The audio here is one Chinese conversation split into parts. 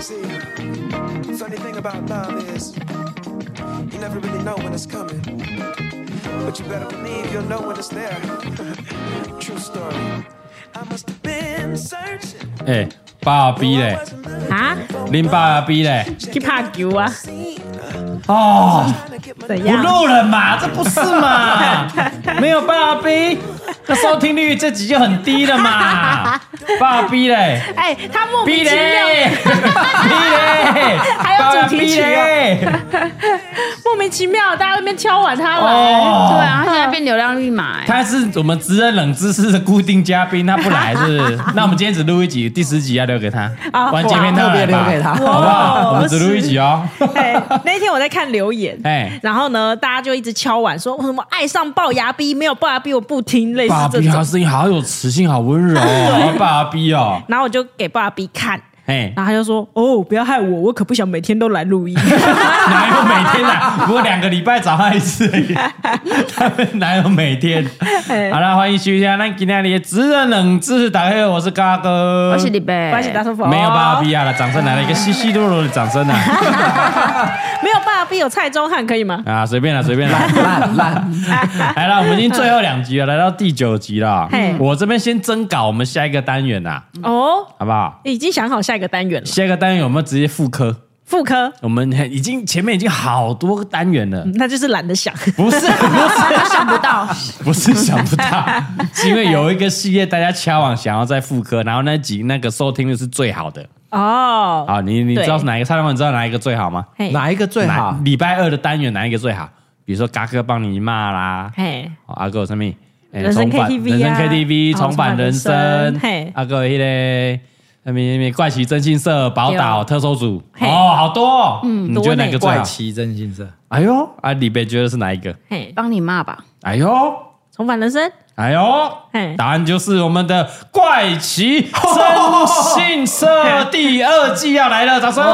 See, funny thing about love is you never really know when it's coming, but you better believe you'll know when it's there. True story. I must have been searching. 哎、爸爸逼嘞，啊，恁爸爸逼嘞，去拍球啊？哦，怎哎不样？录了嘛，这不是嘛，没有爸爸逼，那收听率这集就很低了嘛，爸爸逼嘞，哎、他莫名逼其妙，嘞，逼嘞，还有爸爸主题逼曲啊嘞，莫名其妙，大家都边敲碗他来。哦对啊，他现在变流量密码、欸，他是我们职人冷知识的固定嘉宾，他不来是不是？那我们今天只录一集，第十集要留给他，啊完见面他特来别吧留给他好不好？哇我们只录一集哦。哎、那一天我在看留言，哎然后呢，大家就一直敲碗说，为哦什么爱上龅牙逼？没有龅牙逼我不听，类似爸这比他种。声音好有磁性，好温柔哦，爸比哦，然后我就给龅牙逼看，哎，然后他就说：“哦，不要害我，我可不想每天都来 录音。哪有每天啊？不过两个礼拜找他一次而已，他们哪有每天？好了，欢迎徐一下，那今天的职人冷知识打开，我是嘎哥，我是李贝，关系大叔否？没有爸比啊了，掌声来了一个稀稀落落的掌声啊！没有龅牙逼，有蔡宗翰可以吗？啊，随便了，随便了。烂烂，来了，我们已经最后两集了，来到第九集了嘿。我这边先征稿，我们下一个单元呐，哦，好不好？已经想好下一个单元了，下一个单元我们直接复刻，妇科，我们已经前面已经好多个单元了。那就是懒得想。不是 不他想不到，是不是想不到， 是因为有一个系列大家敲网想要再复刻，然后那集那个收听率是最好的。哦，好，你你对知道是哪一个？蔡老板，你知道哪一个最好吗？嘿，哪一个最好哪？礼拜二的单元哪一个最好？比如说嘎哥帮你骂啦，嘿，哦阿哥有什么？哎人生重返 KTV 人生啊 KTV 哦重返人重返生人啊生嘿，阿哥迄个什么什么怪奇征信社宝岛有特搜组，嘿哦，好多哦。嗯，你觉得哪个最怪好？奇真心社，哎呦，啊，李贝觉得是哪一个？嘿，帮你骂吧，哎呦，重返人生，哎呦嘿，答案就是我们的怪奇征信社第二季要来了，掌声！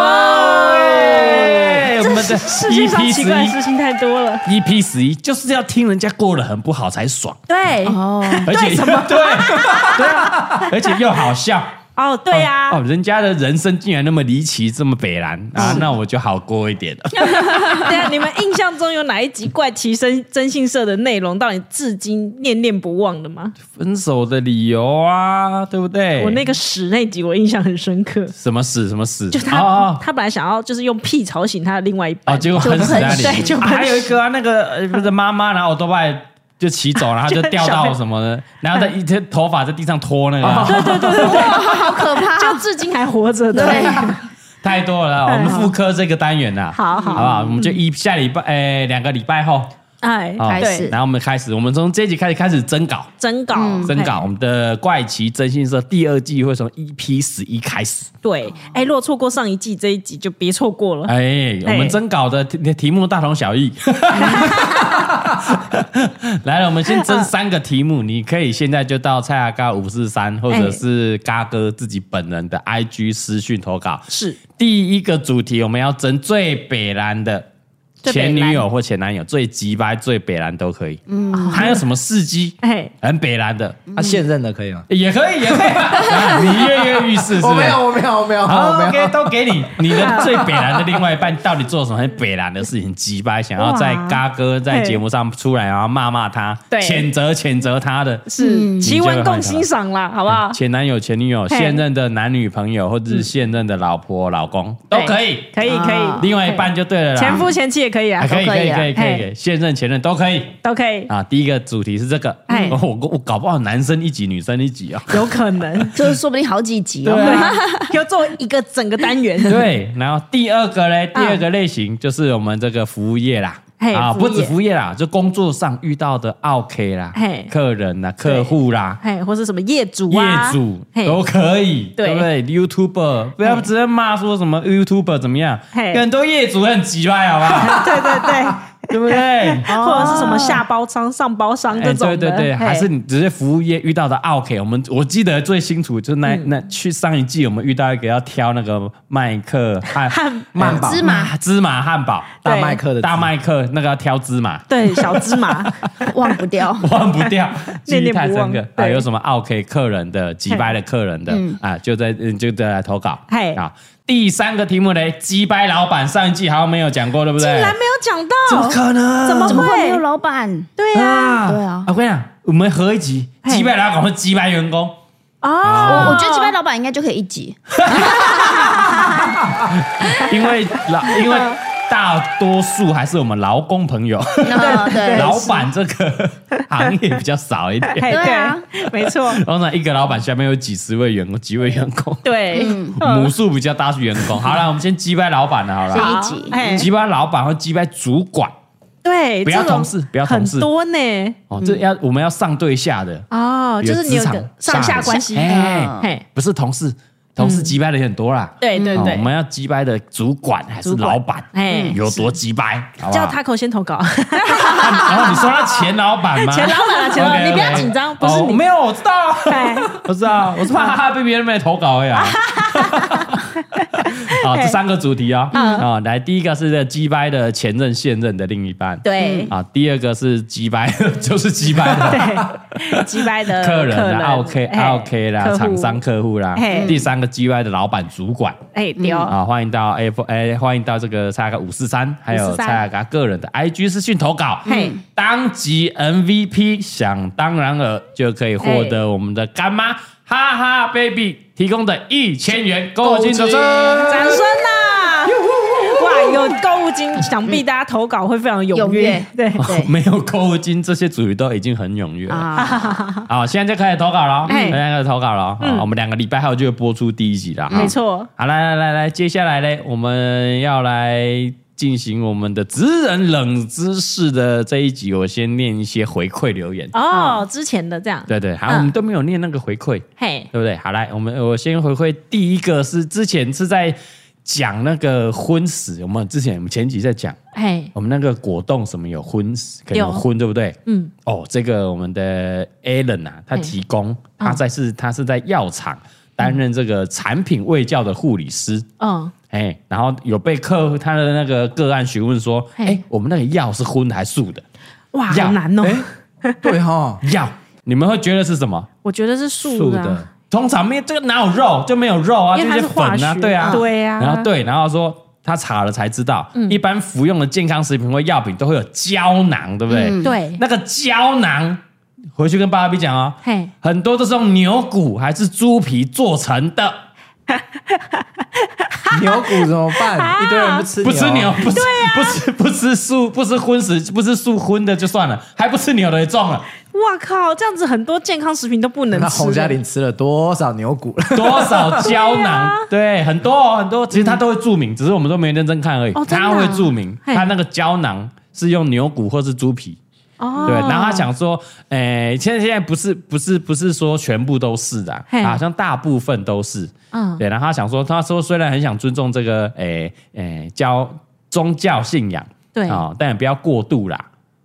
哎我们的世界上 EP 奇十怪的事一情太多了。 ，EP 十一就是要听人家过得很不好才爽，对，哦，而且 对对啊，而且又好笑。哦， 对呀哦，，人家的人生竟然那么离奇，这么北蓝嗯啊，那我就好过一点了。哦对啊，你们印象中有哪一集怪奇生征信社的内容，到你至今念念不忘的吗？分手的理由啊，对不对？我那个屎那集，我印象很深刻。什么死什么死，就他、哦他本来想要就是用屁吵醒他的另外一半，哦，结果哎就喷死喷那里，对就啊喷还有一个啊，那个呃不是妈妈，然后我都把就骑走，然后 就掉到什么的，然后在一这头发在地上拖 那个啊，哦好可怕，就至今还活着的。对，太多了。我们复刻这个单元呐，好 好好不好？我们就一下礼拜，哎，两个礼拜后， 哎，哦开始然后我们开始，我们从这一集开始开始征稿，征稿，征稿，我们的怪奇征信社第二季会从 EP 十一开始。对，哎，如果错过上一季这一集，就别错过 了。哎，我们征稿的题题目大同小异。来了，我们先征三个题目，你可以现在就到蔡阿嘎五四三，或者是嘎哥自己本人的 IG 私讯投稿。是第一个主题，我们要征最北蓝的最北前蓝女友或前男友，最急白、最北蓝都可以。嗯，还有什么事迹哎，很北蓝的啊，现任的可以吗？也可以，也 可以。啊你跃跃欲试，是不是？我没有，我没有，我 没有，好我没啊 OK，有。都给你。你的最北蓝的另外一半到底做了什么很北蓝的事情？鸡巴想要在嘎哥在节目上出来，然后骂骂他，对谴责谴责他的是你奇闻就会换哎共他欣赏啦，好不好？前男友、前女友、嘿现任的男女朋友，或者是现任的老婆、老公都可以。可以，可啊以，另外一半就对了啦，前夫前妻也可以啊啊，可以都可可以以啊可以可以可以，现任前任都可以都可以，啊。第一个主题是这个，哎哦我我搞不好男生一集，女生一集啊。有可能 就是说不定好几集对哦，啊 要做一个 整个单元。对，然后第二个嘞，第二个类型就是我们这个服务业啦，啊嘿啊，服不止务业服务业啦，就工作上遇到的 OK 啦嘿、客人啦、客户啦、嘿，或是什么业主业啊，主嘿都可以，对对不对？YouTuber 不要直接骂说什么 YouTuber 怎么样，嘿很多业主很急歪，好不 好？对对对，对不对？或者是什么下包商、上包 商这哦哎，种对的，对对，嘿还是你直接服务业遇到的 OK。我们我记得最清楚就是嗯那、那去上一季我们遇到一个要挑那个麦克汉汉汉堡芝麻啊芝麻汉堡大麦克的大麦克那个要挑芝麻， 对小芝麻，忘不掉。忘不 掉，记念忆念不太深忘刻啊！对有什么 OK 客人的、击败的客人的啊，就在嗯就再来投稿。嘿啊，第三个题目呢，击败老板，上一季好像没有讲过，对不 竟对？然没有讲到，可能怎么 怎么会没有会？老板？对呀，啊对啊我跟你讲，我们合一集嘿击败老板或击败员工。哦，我觉得击败老板应该就可以一集。 因为老，因为大多数还是我们劳工朋友，嗯对老板这个行业比较少一点。 嘿对啊对，没错，通常一个老板下面有几十位员工，几位员 工，对，嗯嗯母数比较大是员工。好了，我们先击败老板了，好所以了，一好集嘿击败老板或击败主管对，不要这种同事不要同很事多呢，哦，这要我们要上对下的，嗯哦，就是你有一个上下关系，嗯哎，嘿，不是同事，同事击败的也很多啦。对对哦对我，们要击败的主管还是主管老板，哎有多击败？好不好叫 Taco 先投稿，啊然后你说他前老板吗？前 老板啊，前老板， OK，OK 你不要紧张，不是哦你，没有，我知道啊，哎我知道，我是怕哈哈被别人没投稿而已啊。 哎好，这三个主题啊，嗯啊，来，第一个是这鸡掰的前任、现任的另一半，对啊，第二个是鸡掰，就是鸡掰的 对，击败的客人啦，OK 啊嘿 OK 啦客，户厂商客户啦嘿，第三个鸡掰的老板主管。哎丢，啊，欢迎到 F 哎，欢迎到这个蔡雅五四三，还有543蔡雅嘎个人的 IG 私讯投稿，嘿当即 MVP 想当然尔就可以获得我们的干妈哈哈 baby 提供的一千元购物金掌声。掌声呐！哇，有购物金，想必大家投稿会非常踊踊跃跃， 对，对没有购物金，这些主语都已经很踊跃了。啊，好，现在就开始投稿了，嘿现在开始投稿了。好，我们两个礼拜后就会播出第一集了。哈没错，好，来来来来，接下来嘞，我们要来进行我们的职人冷知识的这一集，我先念一些回馈留言。哦，之前的这样，对对，好，我们都没有念那个回馈，嘿，对不对？好，来，我们呃我先回馈第一个是之前是在讲那个婚史，我们之前我们前几在讲嘿，我们那个果冻什么有婚史，可能有有婚对不对？嗯，哦，这个我们的 Alan 啊，他提供他在是他是在药厂担任这个产品卫教的护理师。嗯，哎，然后有被客户他的那个个案询问说，嘿哎，我们那个药是荤的还是素的？哇，药好难哦，对哈，药，你们会觉得是什么？我觉得是素素的啊的，通常没这个哪有肉就没有肉啊，就因为它些是化粉学啊，对啊，对啊嗯然后对，然后说他查了才知道，一般服用的健康食品或药品都会有胶囊，对不对？嗯对，那个胶囊回去跟爸爸比讲哦，嘿，很多都是用牛骨还是猪皮做成的，牛骨怎么办？ 一堆人不吃不吃牛，不吃啊不吃不吃素，不吃荤食，不吃素荤的就算了，还不吃牛的也中了，哇靠，这样子很多健康食品都不能那吃，洪嘉玲吃了多少牛骨？多少胶囊？啊对，很多哦很多，其实它都会注明，只是我们都没认真看而已。哦真的它啊会注明，嘿它那个胶囊是用牛骨或是猪皮。哦，对，然后他想说，诶，现在现在不是不是不是说全部都是的、啊，嘿好像大部分都是，嗯对。然后他想说，他说虽然很想尊重这个，诶诶，教宗教信仰，对啊、但也不要过度啦，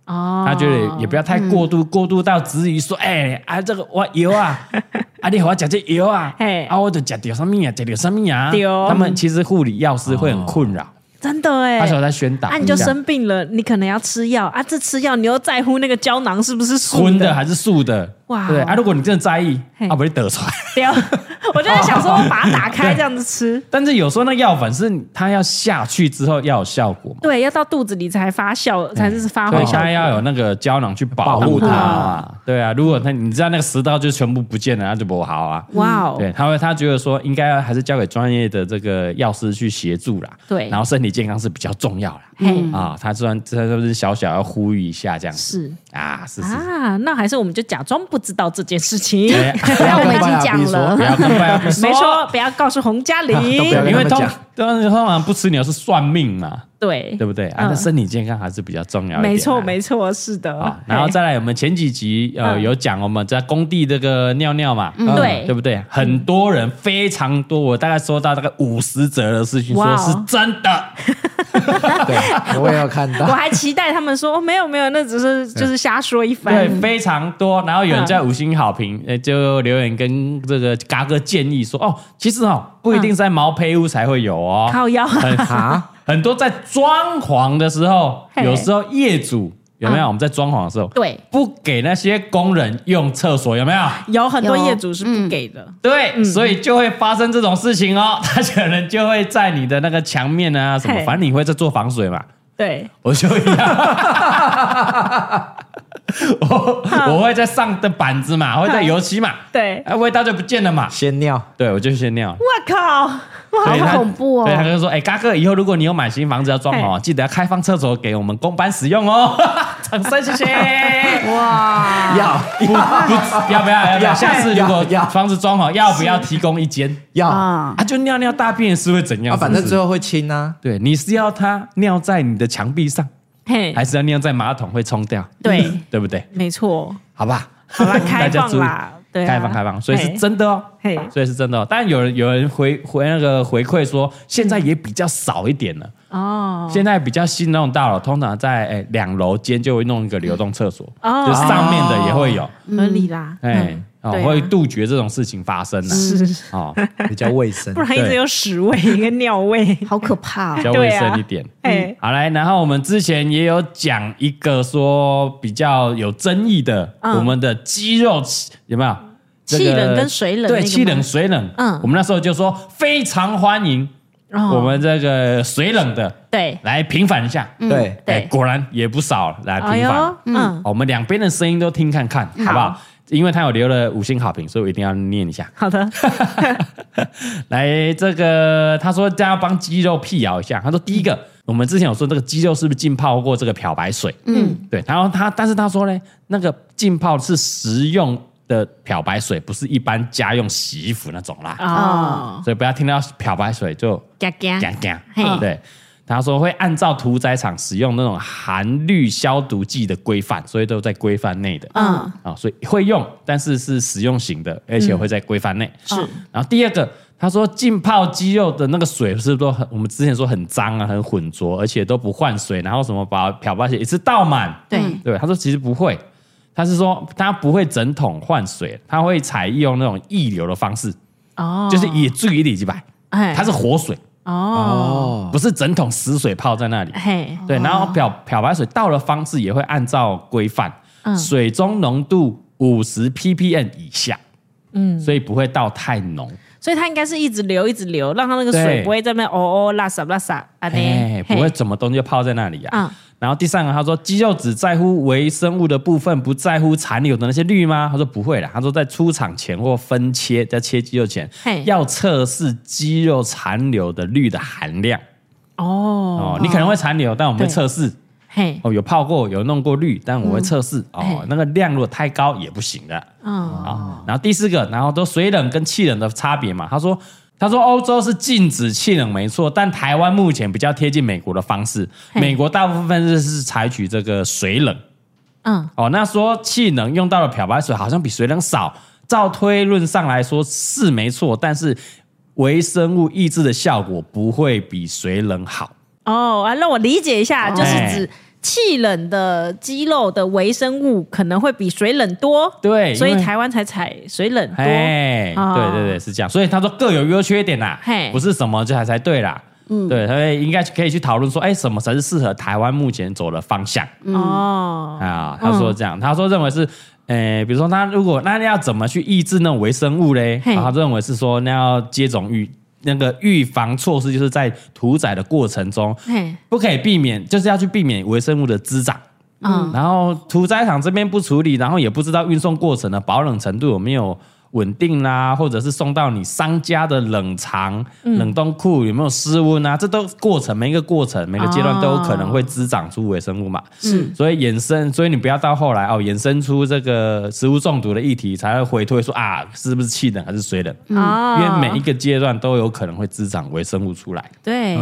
哦，他觉得也不要太过度，嗯过度到质疑说，哎、啊这个我油啊， 啊你给我讲这油啊嘿，啊我就讲掉什么呀，讲掉什么呀对哦，他们其实护理药师会很困扰，真的他所以哎。在宣导，啊，你就这样生病了，你可能要吃药啊。这吃药，你又在乎那个胶囊是不是素荤的还是素的，哇对啊，如果你真的在意，嘿啊不会得出来。 不要，我就在想说把它打开这样子吃，但是有时候那药粉是它要下去之后要有效果嘛，对，要到肚子里才发酵，才是发所挥以效它果。要有那个胶囊去保保护护它它嘛。对啊，如果它你知道那个食道就全部不见了，那就不好啊。哇哦，对，他会他觉得说应该还是交给专业的这个药师去协助啦。对然后身体健康是比较重要啦。嘿，啊，他虽然他就是小小要呼吁一下这样子是啊，是是，啊，那还是我们就假装不知道这件事情，哎 不然我们已经啊讲了啊不，要跟外面没错，不要告诉洪嘉 玲都不要跟因为他们通讲当然通常不吃牛是算命嘛，对对不对啊？那嗯身体健康还是比较重要一点啊。没错没错，是的啊，。然后嘿再来，我们前几集呃嗯有讲我们在工地这个尿尿嘛，啊嗯对对不对？很多人非常多，我大概收到大概五十则的事情，哇说哦是真的。对，我也有看我到，还期待他们说哦，没有没有，那只是就是瞎说一番对，。非常多。然后有人在五星好评，嗯呃、就留言跟这个嘎哥建议说，哦，其实哦，不一定在毛坯屋才会有哦，靠 腰，很很多在装潢的时候，嘿嗯有时候业主有没有？我们在装潢的时候，对，不给那些工人用厕所，有没有？有很多有业主是不给的。对，所以就会发生这种事情哦。 他可能就会在你的那个墙面啊什么，嘿反正你会在做防水嘛，对，我就 一样。我我会在上的板子嘛，会在油漆嘛，对哎，味道就不见了嘛。先尿，对，我就先那样。我靠，所以他好恐怖哦对，他就说：“哎，嘎哥，以后如果你有买新房子要装潢，记得要开放厕所给我们公班使用哦。” 掌声谢谢。哇，要不不，要不要？要不要？要下次如果要要房子装潢，要不要提供一间？要啊，啊，啊，就啊尿尿大便是会怎样？反是正不是最后会亲啊，对，你是要它尿在你的墙壁上，嘿，还是要尿在马桶会冲掉？对， 对不对？没错，好吧，好啦， 大开家放注意，啦，对啊，开放开放，所以是嘿真的哦嘿，所以是真的哦。但有人有人回回那个回馈说，现在也比较少一点了。哦，现在比较新那种大楼，通常在哎两楼间就会弄一个流动厕所，哦就上面的也会有，合理啦，哎嗯哦对啊会杜绝这种事情发生呢。是，哦，比较卫生不。然一直对有屎味跟尿味，好可怕比哦，较卫生一点。啊嗯哎，好来，然后我们之前也有讲一个说比较有争议的，嗯我们的肌肉有没有？这个气冷跟水冷那对，个吗气冷水冷，嗯嗯，我们那时候就说非常欢迎哦我们这个水冷的对嗯来平反一下，对，哎对，果然也不少来哎平呦反。哦，嗯，我们两边的声音都听看看，好不好？因为他有留了五星好评，所以我一定要念一下。好的，来，这个他说大家帮鸡肉辟谣一下。他说第一个，我们之前有说这个鸡肉是不是浸泡过这个漂白水？嗯，对，然后他但是他说呢，那个浸泡是食用的漂白水，不是一般家用洗衣服那种啦。 哦，所以不要听到漂白水就嘎嘎，干干嘿。对，他说会按照屠宰场使用那种含氯消毒剂的规范，所以都在规范内的。嗯，啊、所以会用，但是是实用型的，而且会在规范内。嗯是然后第二个，他说浸泡鸡肉的那个水是不是都很，我们之前说很脏啊，很浑浊，而且都不换水，然后什么把漂白水一次倒满。对，对，他说其实不会，他是说他不会整桶换水，他会采用那种溢流的方式，哦，就是也注意力几百，哎它是活水，哦，哦，不是整桶死水泡在那里。嘿，对，然后漂漂白水倒的方式也会按照规范，嗯水中浓度五十 ppm 以下，嗯，所以不会倒太浓，所以它应该是一直流，一直流，让它那个对水不会在那边哦哦拉撒拉撒啊哎呢，，不会嘿怎么东西就泡在那里啊。嗯然后第三个，他说肌肉只在乎微生物的部分，不在乎残留的那些氯吗？他说不会啦，他说在出厂前或分切，在切肌肉前嘿要测试肌肉残留的氯的含量哦哦。你可能会残留，但我们会对测试。嘿哦，有泡过，有弄过滤，但我会测试、哦嘿，那个量如果太高也不行的哎嗯哦。然后第四个，然后都水冷跟气冷的差别嘛，他说。他说：“欧洲是禁止气冷，没错，但台湾目前比较贴近美国的方式。嘿美国大部分是是采取这个水冷嗯哦。那说气冷用到的漂白水好像比水冷少，照推论上来说是没错，但是微生物抑制的效果不会比水冷好。哦啊，让我理解一哦下，就是指气冷的肌肉的微生物可能会比水冷多，对所以哎因为台湾才采水冷多，哎，哦对对对，是这样。所以他说各有优缺点啦嘿，不是什么就才才对啦。嗯，对，所以应该可以去讨论说，哎，什么才是适合台湾目前走的方向嗯哦啊？他说这样，他说认为是。诶，比如说，他如果那要怎么去抑制那种微生物嘞？嘿然后他认为是说，那要接种预那个预防措施，就是在屠宰的过程中，嗯嘿不可以避免，就是要去避免微生物的滋长。嗯然后屠宰场这边不处理，然后也不知道运送过程的保冷程度有没有稳定啦、或者是送到你商家的冷藏、冷冻库有没有室温啊，这都过程每一个过程每个阶段都有可能会滋长出微生物嘛，是，所以衍生，所以你不要到后来哦，衍生出这个食物中毒的议题，才会回推说啊，是不是气嗯冷还是水冷？哦，因为每一个阶段都有可能会滋长微生物出来。对，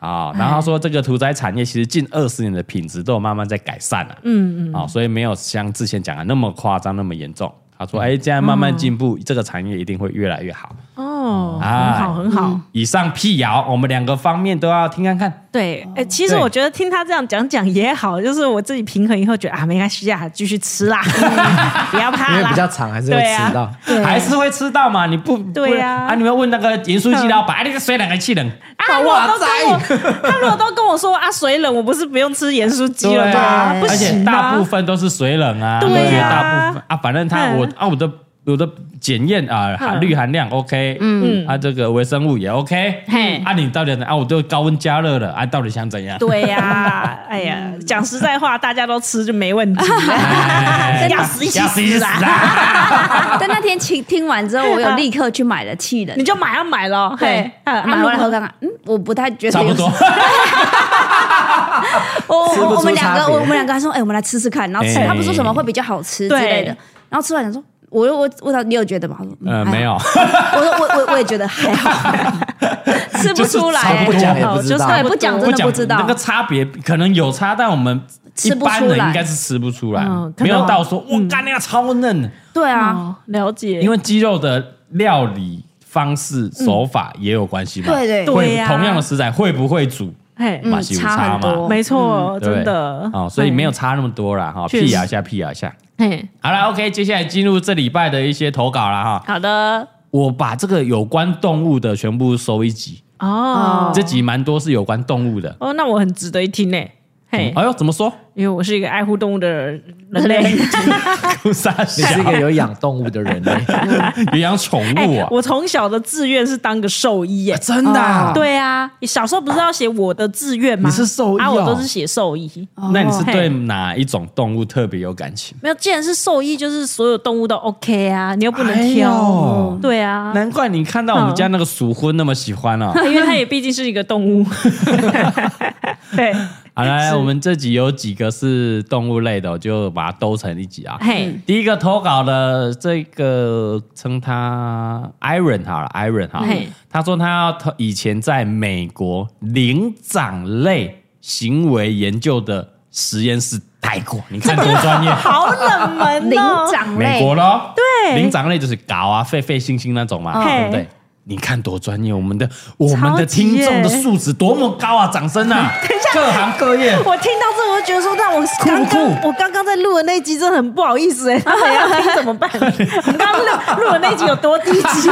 啊、然后他说这个屠宰产业其实近二十年的品质都有慢慢在改善了、嗯嗯，啊、所以没有像之前讲的那么夸张那么严重。他嗯说，哎、这样慢慢进步，这个产业一定会越来越好。哦，哎很好很好。嗯以上辟谣，我们两个方面都要听看看。对，哦哎、其实对我觉得听他这样讲讲也好，就是我自己平衡以后觉得啊，没关系啊，继续 吃啦，不要怕哦因为啦。比较长，还是会对啊迟到。还是会吃到嘛？你不对呀不啊，你们问那个盐 酥鸡老板，啊，你这水冷还气冷？啊，如果都跟我， 他如果都跟我说啊，水冷，我不是不用吃盐酥鸡了吗？对不啊而且行大部啊，分都是水冷啊，对啊绝大部分啊，反正他嗯我啊我的我的检验啊含嗯氯含量 OK，嗯，啊这个微生物也 OK，嘿啊你到底啊我都高温加热了啊，到底想怎样？对呀、 哎呀，讲实在话，大家都吃就没问题， 哎要死一起要死一起死死啊！ 啊！但那天听听完之后，我有立刻去买了气人你，就买啊买了，对嘿，，啊买回来如果喝看看。嗯，我不太觉得差有不 多，我吃不我出我们两差个，别我们两个还说，哎、我们来吃吃看。然后吃，哎他们说什么会比较好吃之对类的。然后吃完想说，我又我问他你有觉得吗？他说，嗯呃还好没有我说我我我也觉得还好，吃不出来、欸就是不讲也不知道对，不讲真的不知道那个差别可能有差，但我们一吃不般出人来应该是吃不出来嗯，可能没有到说我干那个超嫩，对啊，哦，了解，因为为鸡肉的料理方式手法也有关系嘛。对对对会呀同样的食材会不会煮，嘿，嘛是有嗯差差很嘛多，没错，嗯对不对真的嗯哦，所以没有，差那么多啦哈。确实辟谣一下，辟谣一下。嘿，好了，OK，接下来进入这礼拜的一些投稿了哈。好的，我把这个有关动物的全部收一集，哦，这集蛮多是有关动物的。哦，那我很值得一听呢，嘿，哎呦，怎么 说？因为我是一个爱护动物的 人类。哭傻你笑，是一个有养动物的人欸类，有养宠哎、物啊？我从小的志愿是当个兽医耶、真的 啊？对啊，你小时候不是要写我的志愿吗？你是兽医哦啊，我都是写兽医。那你是对哦嘿哪一种动物特别有感情？没有，既然是兽医，就是所有动物都 OK 啊，你又不能哎呦挑。对啊， 嗯难怪你看到我们家那个鼠婚那么喜欢哦。因为它也毕竟是一个 动物。 对，好，来，来我们这集有几个是动物类的，我就把它兜成一集啊。嘿，第一个投稿的这个称他 Iron 好了，Iron 好了嘿，他说他要投以前在美国灵长类行为研究的实验室待过，你看多 专业。好冷门 灵哦。长美类国咯，对灵长类就是搞啊，狒狒、猩猩那种嘛，嘿对不对？你看多专业，我们的我们的超级听耶众的素质多么高啊！掌声 啊！各行各业，我听到这，我就觉得说，那我酷刚不酷刚我刚刚在录的那一集真的很不好 意思哎、他们要听怎么办？我们刚刚录录的那一集有多低 级？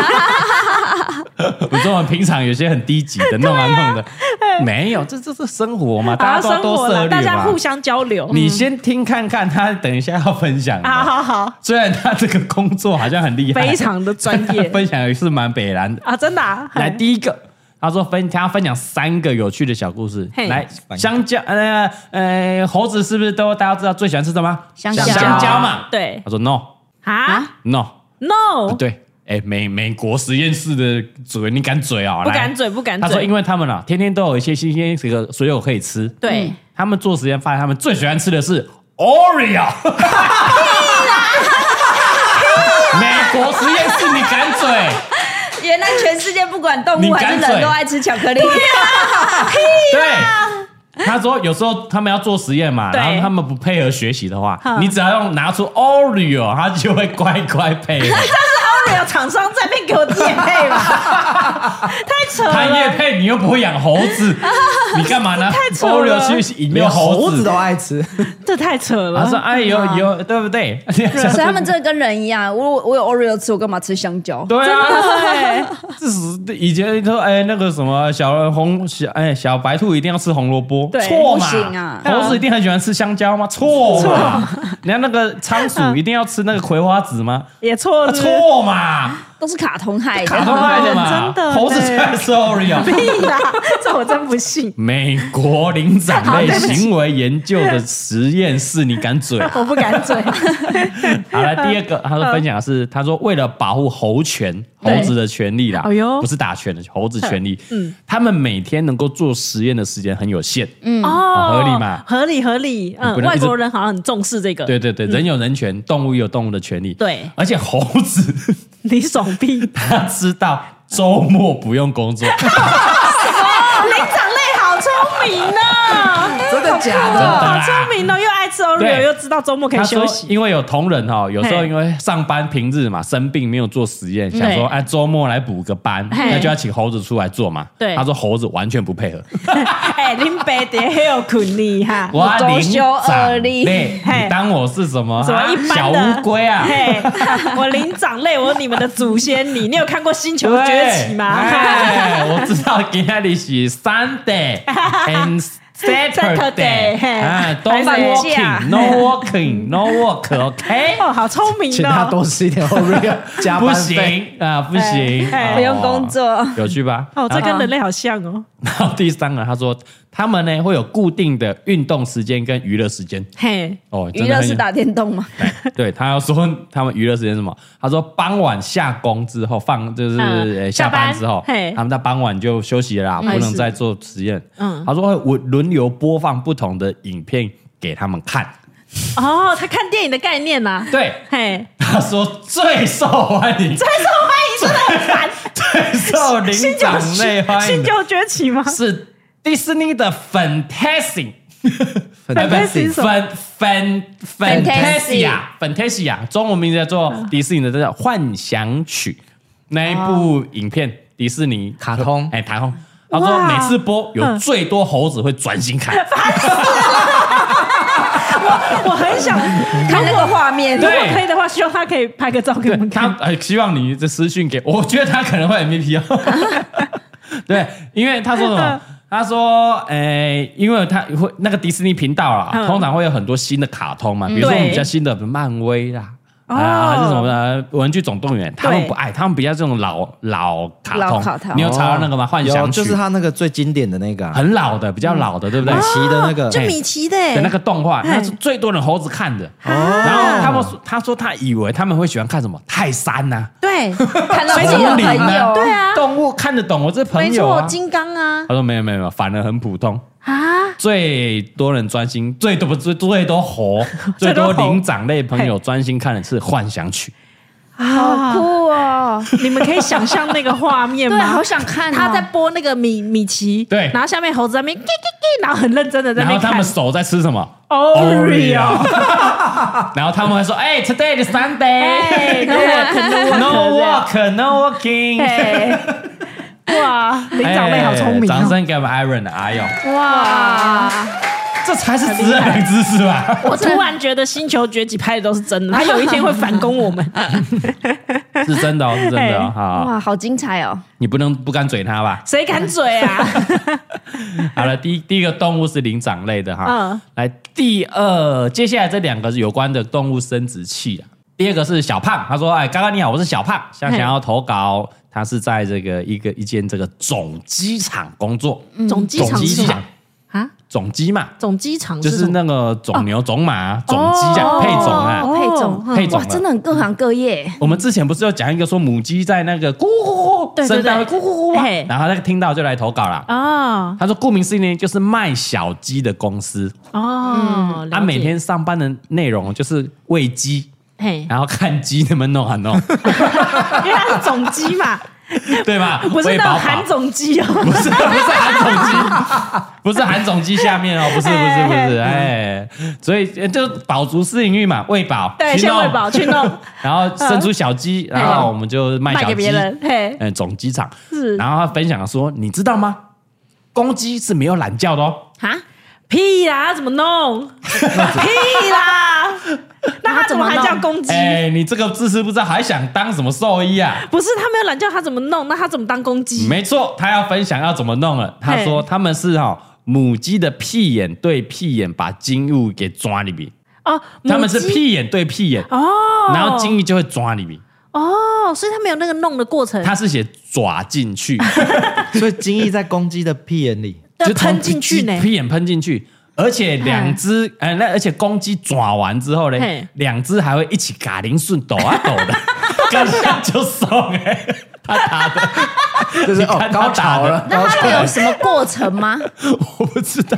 我说我们平常有些很低级的弄啊弄 的，没有，这这是生活嘛，大啊，家都要生多活涉了，大猎家嘛互。相交流。你先听看看，他等一下要分享的。啊，好好，虽然他这个工作好像很厉害，非常的专 业分享也是蛮北然的。啊，真的、啊。来，第一个。他说分，他要分享三个有趣的小故事。嘿来，香蕉，呃呃，猴子是不是都大家知道最喜欢吃什么？香蕉香蕉嘛。对他说 no 啊 no，不，no，对，哎，美美国实验室的嘴，你敢嘴啊？不来敢嘴，不敢他说，因嘴。为他们啊，天天都有一些新鲜这个水果可以吃。对，他们做实验发现，他们最喜欢吃的是 Oreo。美国实验室，你敢嘴？原来全世界不管动你物敢还是人嘴都爱吃巧克力， 对。他说，有时候他们要做实验嘛，对然后他们不配合学习的话，嗯你只要用拿出 Oreo，他就会乖乖配 合。当然有厂商在那边给我夜 配吧，太扯他叶了。配，你又不会养猴 子，你干嘛呢扯了？Oreo 去引没诱有猴猴子子都。爱吃，这太扯他说：“了，哎，有有，对不对？”啊啊所以他们这个跟人一样，我我有 Oreo 吃，我干嘛吃香蕉？对对啊，这是以前说哎那个什么小红小哎小白兔一定要吃红萝卜，对错嘛不行啊猴子一定很喜欢吃香蕉吗？错嘛！人家那个仓鼠一定要吃那个葵花籽吗？也错啊了，错嘛，都是卡通害卡通的。派的嘛，真的猴子才吃 Oreo。屁啦， 这我真不信，美国灵长类行为研究的实验室，你敢嘴啊？我不敢嘴。好了，第二个，他说分享的是，他说为了保护猴权、猴对子的权利啦，哎呦不是打拳的猴子权利，嗯，他们每天能够做实验的时间很有限，嗯，哦合理嘛合理合理。嗯不，能外一直国人好像很重视这个。对，对对，人有人权，动物有动物的权利，嗯对而且猴子 你爽屁！灵他知道周末不用工作，长类好处明啊！真的假 真的的？好啦聪明哦，又爱吃 Oreo，对又知道周末可以他休说，息。因为有同仁哦，有时候嘿因为上班平日嘛生病没有做实验，想说对哎周末来补个班，嘿那就要请猴子出来做嘛。对他说猴子完全不配合，哎，林北的很有困 力哈，我周领休二长日，累，嘿你当我是什么什么啊一般的小乌龟啊？嘿， 我灵长类，我你们的祖先你，你有看过《星球对崛起》吗？哎我知道今天你是 Sunday and Saturday， Saturday，嘿哎，Don't 还是 walking，No walking，No walk，OK？ 哦，好聪明请他哦！多吃一点 Oreo，加不班费。行啊，不行，哎哦不用工，作，有趣吧？哦，这跟人类好像哦。然后第三个，他说他们呢会有固定的运动时间跟娱乐时间。嘿，哦，真娱的乐很是打电动吗？ 对对，他要说他们娱乐时间是什么？他说傍晚下工之后放就是、嗯呃下下班班之后嘿，他们在傍晚就休息了啦，嗯不能是再做实验。嗯嗯，他说会我轮流播放不同的影片给他们看。哦，他看电影的概念啦。对，嘿， 他说最受欢迎，最受欢迎真的很烦。最受灵长类欢迎新的旧崛起吗？是迪士尼的 Fantasy。 Fantasy 哎什么粉粉 Fantasia Fantasia，Fantasia，中文名字叫嗯做迪士尼的这叫《幻想曲》那一部影片，迪士尼卡通哎，卡通。他说哇嗯每次播有最多猴子会专心看，我很想，看那个画面，如果对可以的话，希望他可以拍个照给我们他 看。呃希望你这私讯给我，我觉得他可能会 MVP 哦。对，因为他说什么？他说，诶、因为他会那个迪士尼频道啦，嗯通常会有很多新的卡通嘛，比如说对我们家新的呃漫威啦。哦啊，还是什么呃玩具总动员，他们对不爱，他们比较这种老老卡老通。卡通你有查到那个吗？哦幻想有曲就是他那个最经典的那个啊很老的，比较老的，对不对？米奇的那个就米奇的的那欸，个动画，那是最多人猴子看的。然后他们说，他说他以为他们会喜欢看什么泰山啊呐、对，看到自己丛的林朋友，对啊，动物看得懂，我这朋没友错，啊。金刚啊，他说没有没有没有，反而很普通。啊，最多人专心，最多不最最多猴，最最多猴多灵长类朋友专心看的是《幻想曲好酷哦，你们可以想象那个画面对，吗好？想看哦，他在播那个米米奇，对然后下面猴子在那边，叽叽叽，然后很认真的》，在然那后边他们看。手在吃什么 Oreo， 然后他们会说：“哎、t o d a y is 哎 Sunday。No walk, no walking。对，哇，灵长类好聪明哎掌哦！声给我们 Iron 的阿勇，哇，这才是职人知识吧？我突然觉得《星球崛起》拍的都是真的，他有一天会反攻我 们。 是真的哦，是真的哦哎哈，哇，好精彩哦，你不能不敢嘴他 吧？谁敢嘴啊？好了，第一第一个动物是灵长类的哈，嗯来第二，接下来这两个是有关的动物生殖器啊。第二个是小胖，他说：“哎，刚刚你好，我是小胖，想嘿想要投稿，他是在这个一个一间这个总机场工作，总机总场是机什场么啊？哦总机嘛，总机场就是什么那个种牛、种马、种鸡啊，哦配种啊。嗯配种，配种哇，了真的很各行各业，我们之前不是有讲一个说母鸡在那个咕咕咕咕，对对声带对咕咕咕咕啊嘿，然后他听到就来投稿了。哦他说，顾名思义呢，就是卖小鸡的公司，哦，他了解每天上班的内容就是喂鸡，嘿，然后看鸡能不能弄啊 弄，因为他是总 机嘛，对吧？不是喂那饱种饱韩，总机哦。不是不是韩总 鸡，不是韩总鸡下面哦，不是不是不是，哎，所以呃就饱足私领域嘛，喂饱，对，去先弄喂饱去弄， 然后生出小鸡，然后我们就卖卖小给鸡别，人。嘿，嗯，总鸡场是然后他分享说，你知道吗？公鸡是没有懒觉的哦。啊，屁啦，怎么 弄？屁啦，那他怎么还叫公鸡？哎，你这个知识不知道，还想当什么兽医啊？不是他没有懒觉，他怎么弄？那他怎么当公鸡？没错，他要分享要怎么弄了。他说他们是哈、母鸡的屁眼对屁眼把精物给抓里面，哦，他们是母鸡屁眼对屁眼，哦，然后精液就会抓里面。哦，所以他没有那个弄的过程，他是写抓进 去，所以精液在公鸡的屁眼里，对就从喷进去呢屁眼喷进去。而且两只，哎，那而且公鸡抓完之后呢嘿，两只还会一起嘎铃顺抖啊抖 的，跟上就送哎，他打的，就是哦你看他高潮打的了，那高他潮们有了。什么过程吗？我不知道，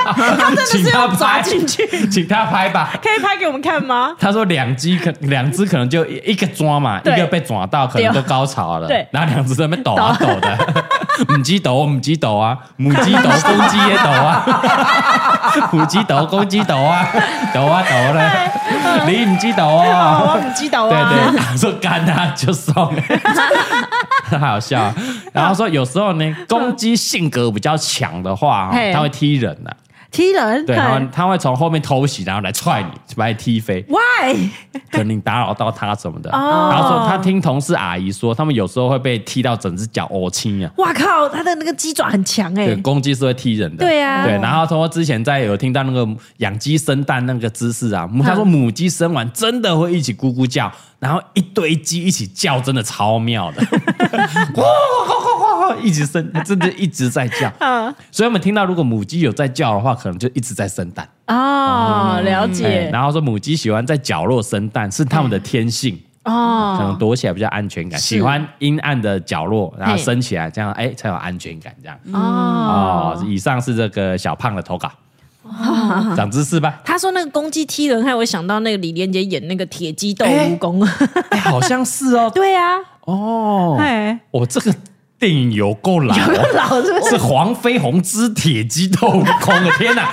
请他抓拍进去，请他拍吧，可以拍给我们看 吗？他说两只可 两只可能就一一个抓嘛，对一个被抓到可能对都高潮了，对然后两只在那边抖啊抖的，母鸡斗，母鸡斗啊，母鸡斗，公鸡也斗啊，母鸡斗，公鸡斗啊，斗啊斗了，你母鸡斗好啊，哦，我们击倒对啊，对，他说干他就送， 很好笑啊。然后说有时候呢，公鸡性格比较强的话哦，嗯嘿它会踢人呐、踢人，对，它会嘿它会从后面偷袭，然后来踹你，把你踢飞。 ，Why？可能你打扰到他什么的。哦然后说他听同事阿姨说，他们有时候会被踢到整只脚哦青啊。哇靠，他的那个鸡爪很强哎对，，公鸡是会踢人的。对啊对。然后他说之前在有听到那个养鸡生蛋那个姿势啊，嗯他说母鸡生完真的会一起咕咕叫，然后一堆鸡一起叫，真的超妙的， 哇哇哇哇，一直生，真的一直在叫。嗯所以我们听到如果母鸡有在叫的话，可能就一直在生蛋。哦，了哎解，然后说母鸡喜欢在角落生蛋，是它们嗯的天性。可能哦，躲起来比较安全感，喜欢阴暗的角落，然后升起来，这样哎才有安全感，这样。哦哦，以上是这个小胖的投稿，长知识 吧？他说那个公鸡踢人，害我想到那个李连杰演那个铁鸡斗蜈蚣。哎，好像是哦，对 啊，哦，哎，我这个电影有够老哦，老是是黄飞鸿之铁鸡斗蜈蚣，我天哪！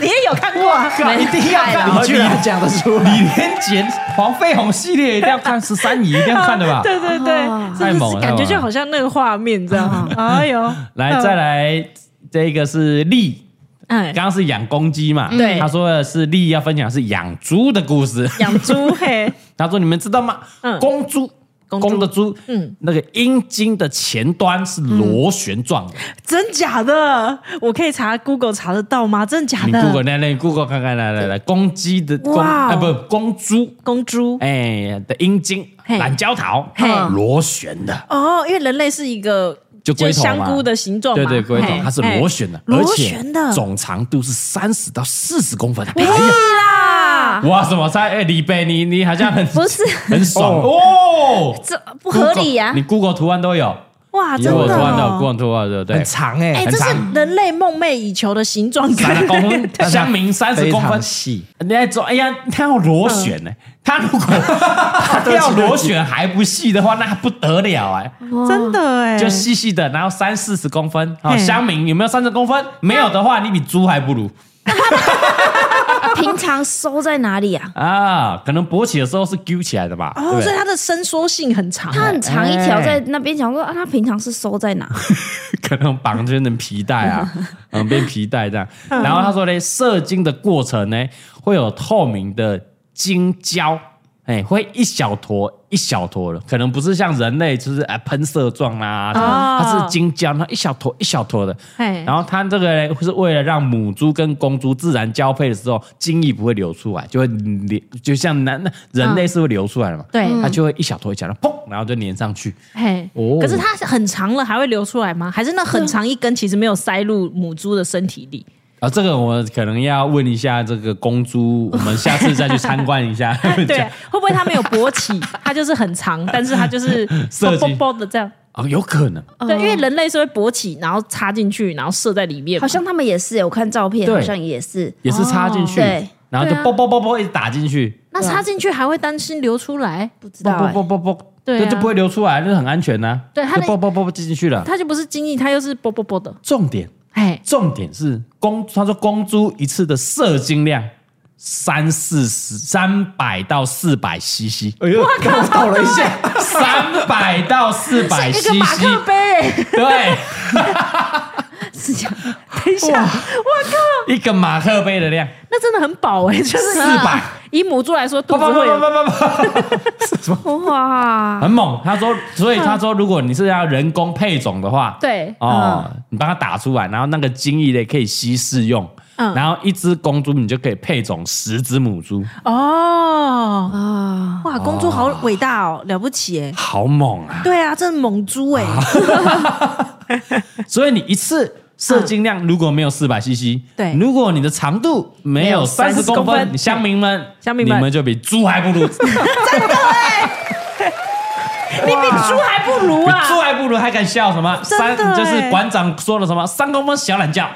你也有看过 啊？一定要看，你居然讲得出来李连杰、黄飞鸿系列一定要看，十三姨一定要看的吧？ 对对对，太真的猛是了感太猛觉了就好像那个画面，这样。哎呦，来，再来，这个是力。哎，刚刚是养公鸡嘛，嗯对他说的是丽要分享是养猪的故事。养猪嘿， 他说你们知道吗？嗯公猪。公猪公的猪，嗯嗯，那个阴茎的前端是螺旋状的，真假的？我可以查 Google 查得到吗？真假你的？ Google 来来你，Google 看看，来来来，公鸡的公哇哦啊不公猪，公猪哎的阴茎嘿懒胶桃嘿，螺旋的，哦，因为人类是一个就龟头嘛香菇的形状对嘛，对，龟头嘿它是嘿螺旋的，而螺且旋的，总长度是三十到四十公分。哎屁呀，啦，哇，什么菜？哎，李贝，你你好像很不是 很爽哦，这不合理啊呀 Google- 你 Google 图案都有哇，真，Google 的图案都有哦， ，Google 图案对不对很？长哎、哎，欸，这是人类梦寐以求的形状三感十。公分，香明三十非公分常。细，你在做，哎呀，他要螺旋呢、他如果 他要螺旋还不细的话，那不得了哎、真的哎，就细细的，然后三四十公分。哦，嘿香明有没有三十公分？没有的话，你比猪还不如平常收在哪里啊？啊！可能勃起的时候是揪起来的吧？对哦，不所以对？它的伸缩性很长。它很长一条哎在那边，想说啊，它平常是收 在哪？可能绑着那皮带啊，嗯，变皮带这样。然后他说呢，射精的过程呢，会有透明的精胶，哎，会一小坨一小坨的，可能不是像人类就是哎喷射状啦、什么它是精胶，它一小坨一小坨的。哎然后它这个呢，是为了让母猪跟公猪自然交配的时候，精液不会流出来，就会流，就像男那人类是会流出来的嘛，对它就会一小坨一小坨，砰，然后就粘上去。嘿，哦可是它很长了，还会流出来吗？还是那很长一根其实没有塞入母猪的身体 里？啊，这个我可能要问一下这个公猪，我们下次再去参观一下。 对，啊会不会它没有勃起？ 它就是很长，但是它 就是啵射啵精啵的这样。哦，有可能，对，因为人类是会勃起，然后插进去，然后射在里面嘛。好像他们也是欸耶，我看照片对好像也是。也是插进去，哦对然后就对啊啵啵啵啵一直打进去，那插进去还会担心流出来？不知道啵哎、啵啵啵啵，对啊就不会流出来，就是很安全呐。对它就的啵啵啵啵进去了。它就不是精液，它又是啵啵啵的。重点，哎，重点是公，他说公猪一次的射精量三四十三百到四百 CC，哎呦，我抖了一下，三百到四百哎 CC，杯，对， 是这样，等一下，一个马克杯的量，那真的很饱哎，就是400以母猪来说，肚不子不不会有不不不。哇，很猛。他 说，所以他说，如果你是要人工配种的话，对哦，你帮它打出来，然后那个精液呢可以稀释用，嗯然后一只公猪你就可以配种十只母猪，哦哇，公猪好伟大哦，了不起哎！好猛啊！对啊，这是猛猪哎，所以你一次。射精量如果没有四百 CC，对如果你的长度没有三十30公公分分，乡民们，乡民你 们们就比猪还不如，真的你比猪还不如比啊！猪还不如，还敢笑什么？真的三就是欸馆长说了什么三公分小懒 觉，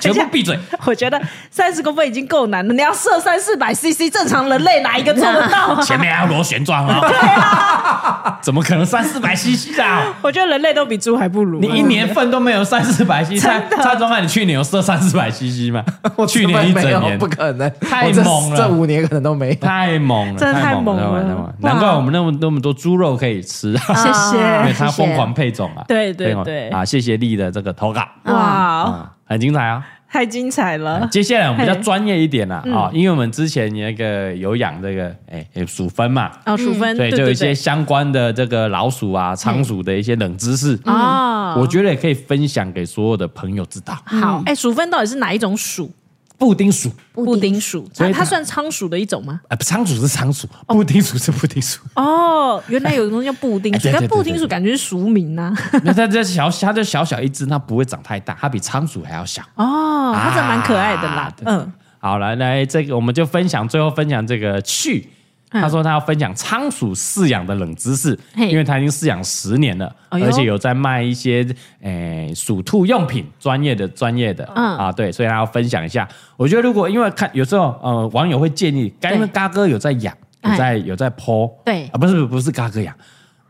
全部闭嘴。 我觉得三十公分已经够难了，你要射三四百 CC，正常人类哪一个做得到 啊？ 前面还有螺旋状哦，怎么可能三四百 CC 啊？我觉得人类都比猪还不如啊。你一年份都没有三四百 CC，蔡蔡宗汉，你去年有射三四百 CC 吗？去年一没整有年不可能，太我这猛了这五年可能都没有。太猛了，真的太太猛猛了啊太猛了哇难怪我们那么那么多猪肉可以吃， 因谢为谢，它啊谢谢疯狂配种啊。对对疯狂对啊！谢谢丽的这个投稿哇，啊，很精彩啊！太精彩了！接下来我们比较啊嘿嗯专业一点啦啊，因为我们之前那个有养这个哎哎鼠分嘛，哦，淑芬，所对嗯以就有对一些对，相关的这个老鼠啊、仓鼠的一些冷知识啊我觉得也可以分享给所有的朋友知道。好，哎，淑芬到底是哪一种鼠？布丁鼠，布丁鼠，所以它它它算仓鼠的一种吗？呃，仓鼠是仓鼠，布丁鼠是布丁 鼠。哦，原来有个东西叫布丁哎鼠，对对但对布丁鼠感觉是俗名啊呐。那它这小，它就小小一只，它不会长太大，它比仓鼠还要小。哦，它真的蛮可爱的啊啦对。嗯，好，来来，这个我们就分享，最后分享这个去。他说他要分享仓鼠饲养的冷知识，嗯嘿因为他已经饲养十年了，哎呦而且有在卖一些诶鼠兔用品，专业的专业的，嗯啊对，所以他要分享一下。我觉得如果因为看有时候呃网友会建议，该因为对哎嘎哥有在养，有在有在剖，对啊不是不是嘎哥养，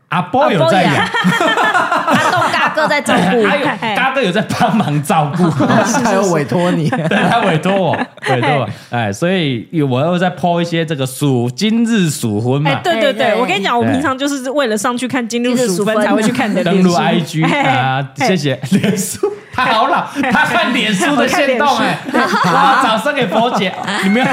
阿波阿有波在养养， 阿豆大哥在照顾，还有嘿嘎哥有在帮忙照顾， 他有委托 你，对他委托我，委托我，哎，所以我又在剖一些这个鼠今日鼠婚哎嘛，，对对对对，对我跟你讲，我对平常就是为了上去看今日今日鼠淑分芬才会去看你的登脸录书。哎 IG 嘿啊，嘿谢谢脸书，他好老，他看脸书的线动哎， 好，掌声给佛姐，你们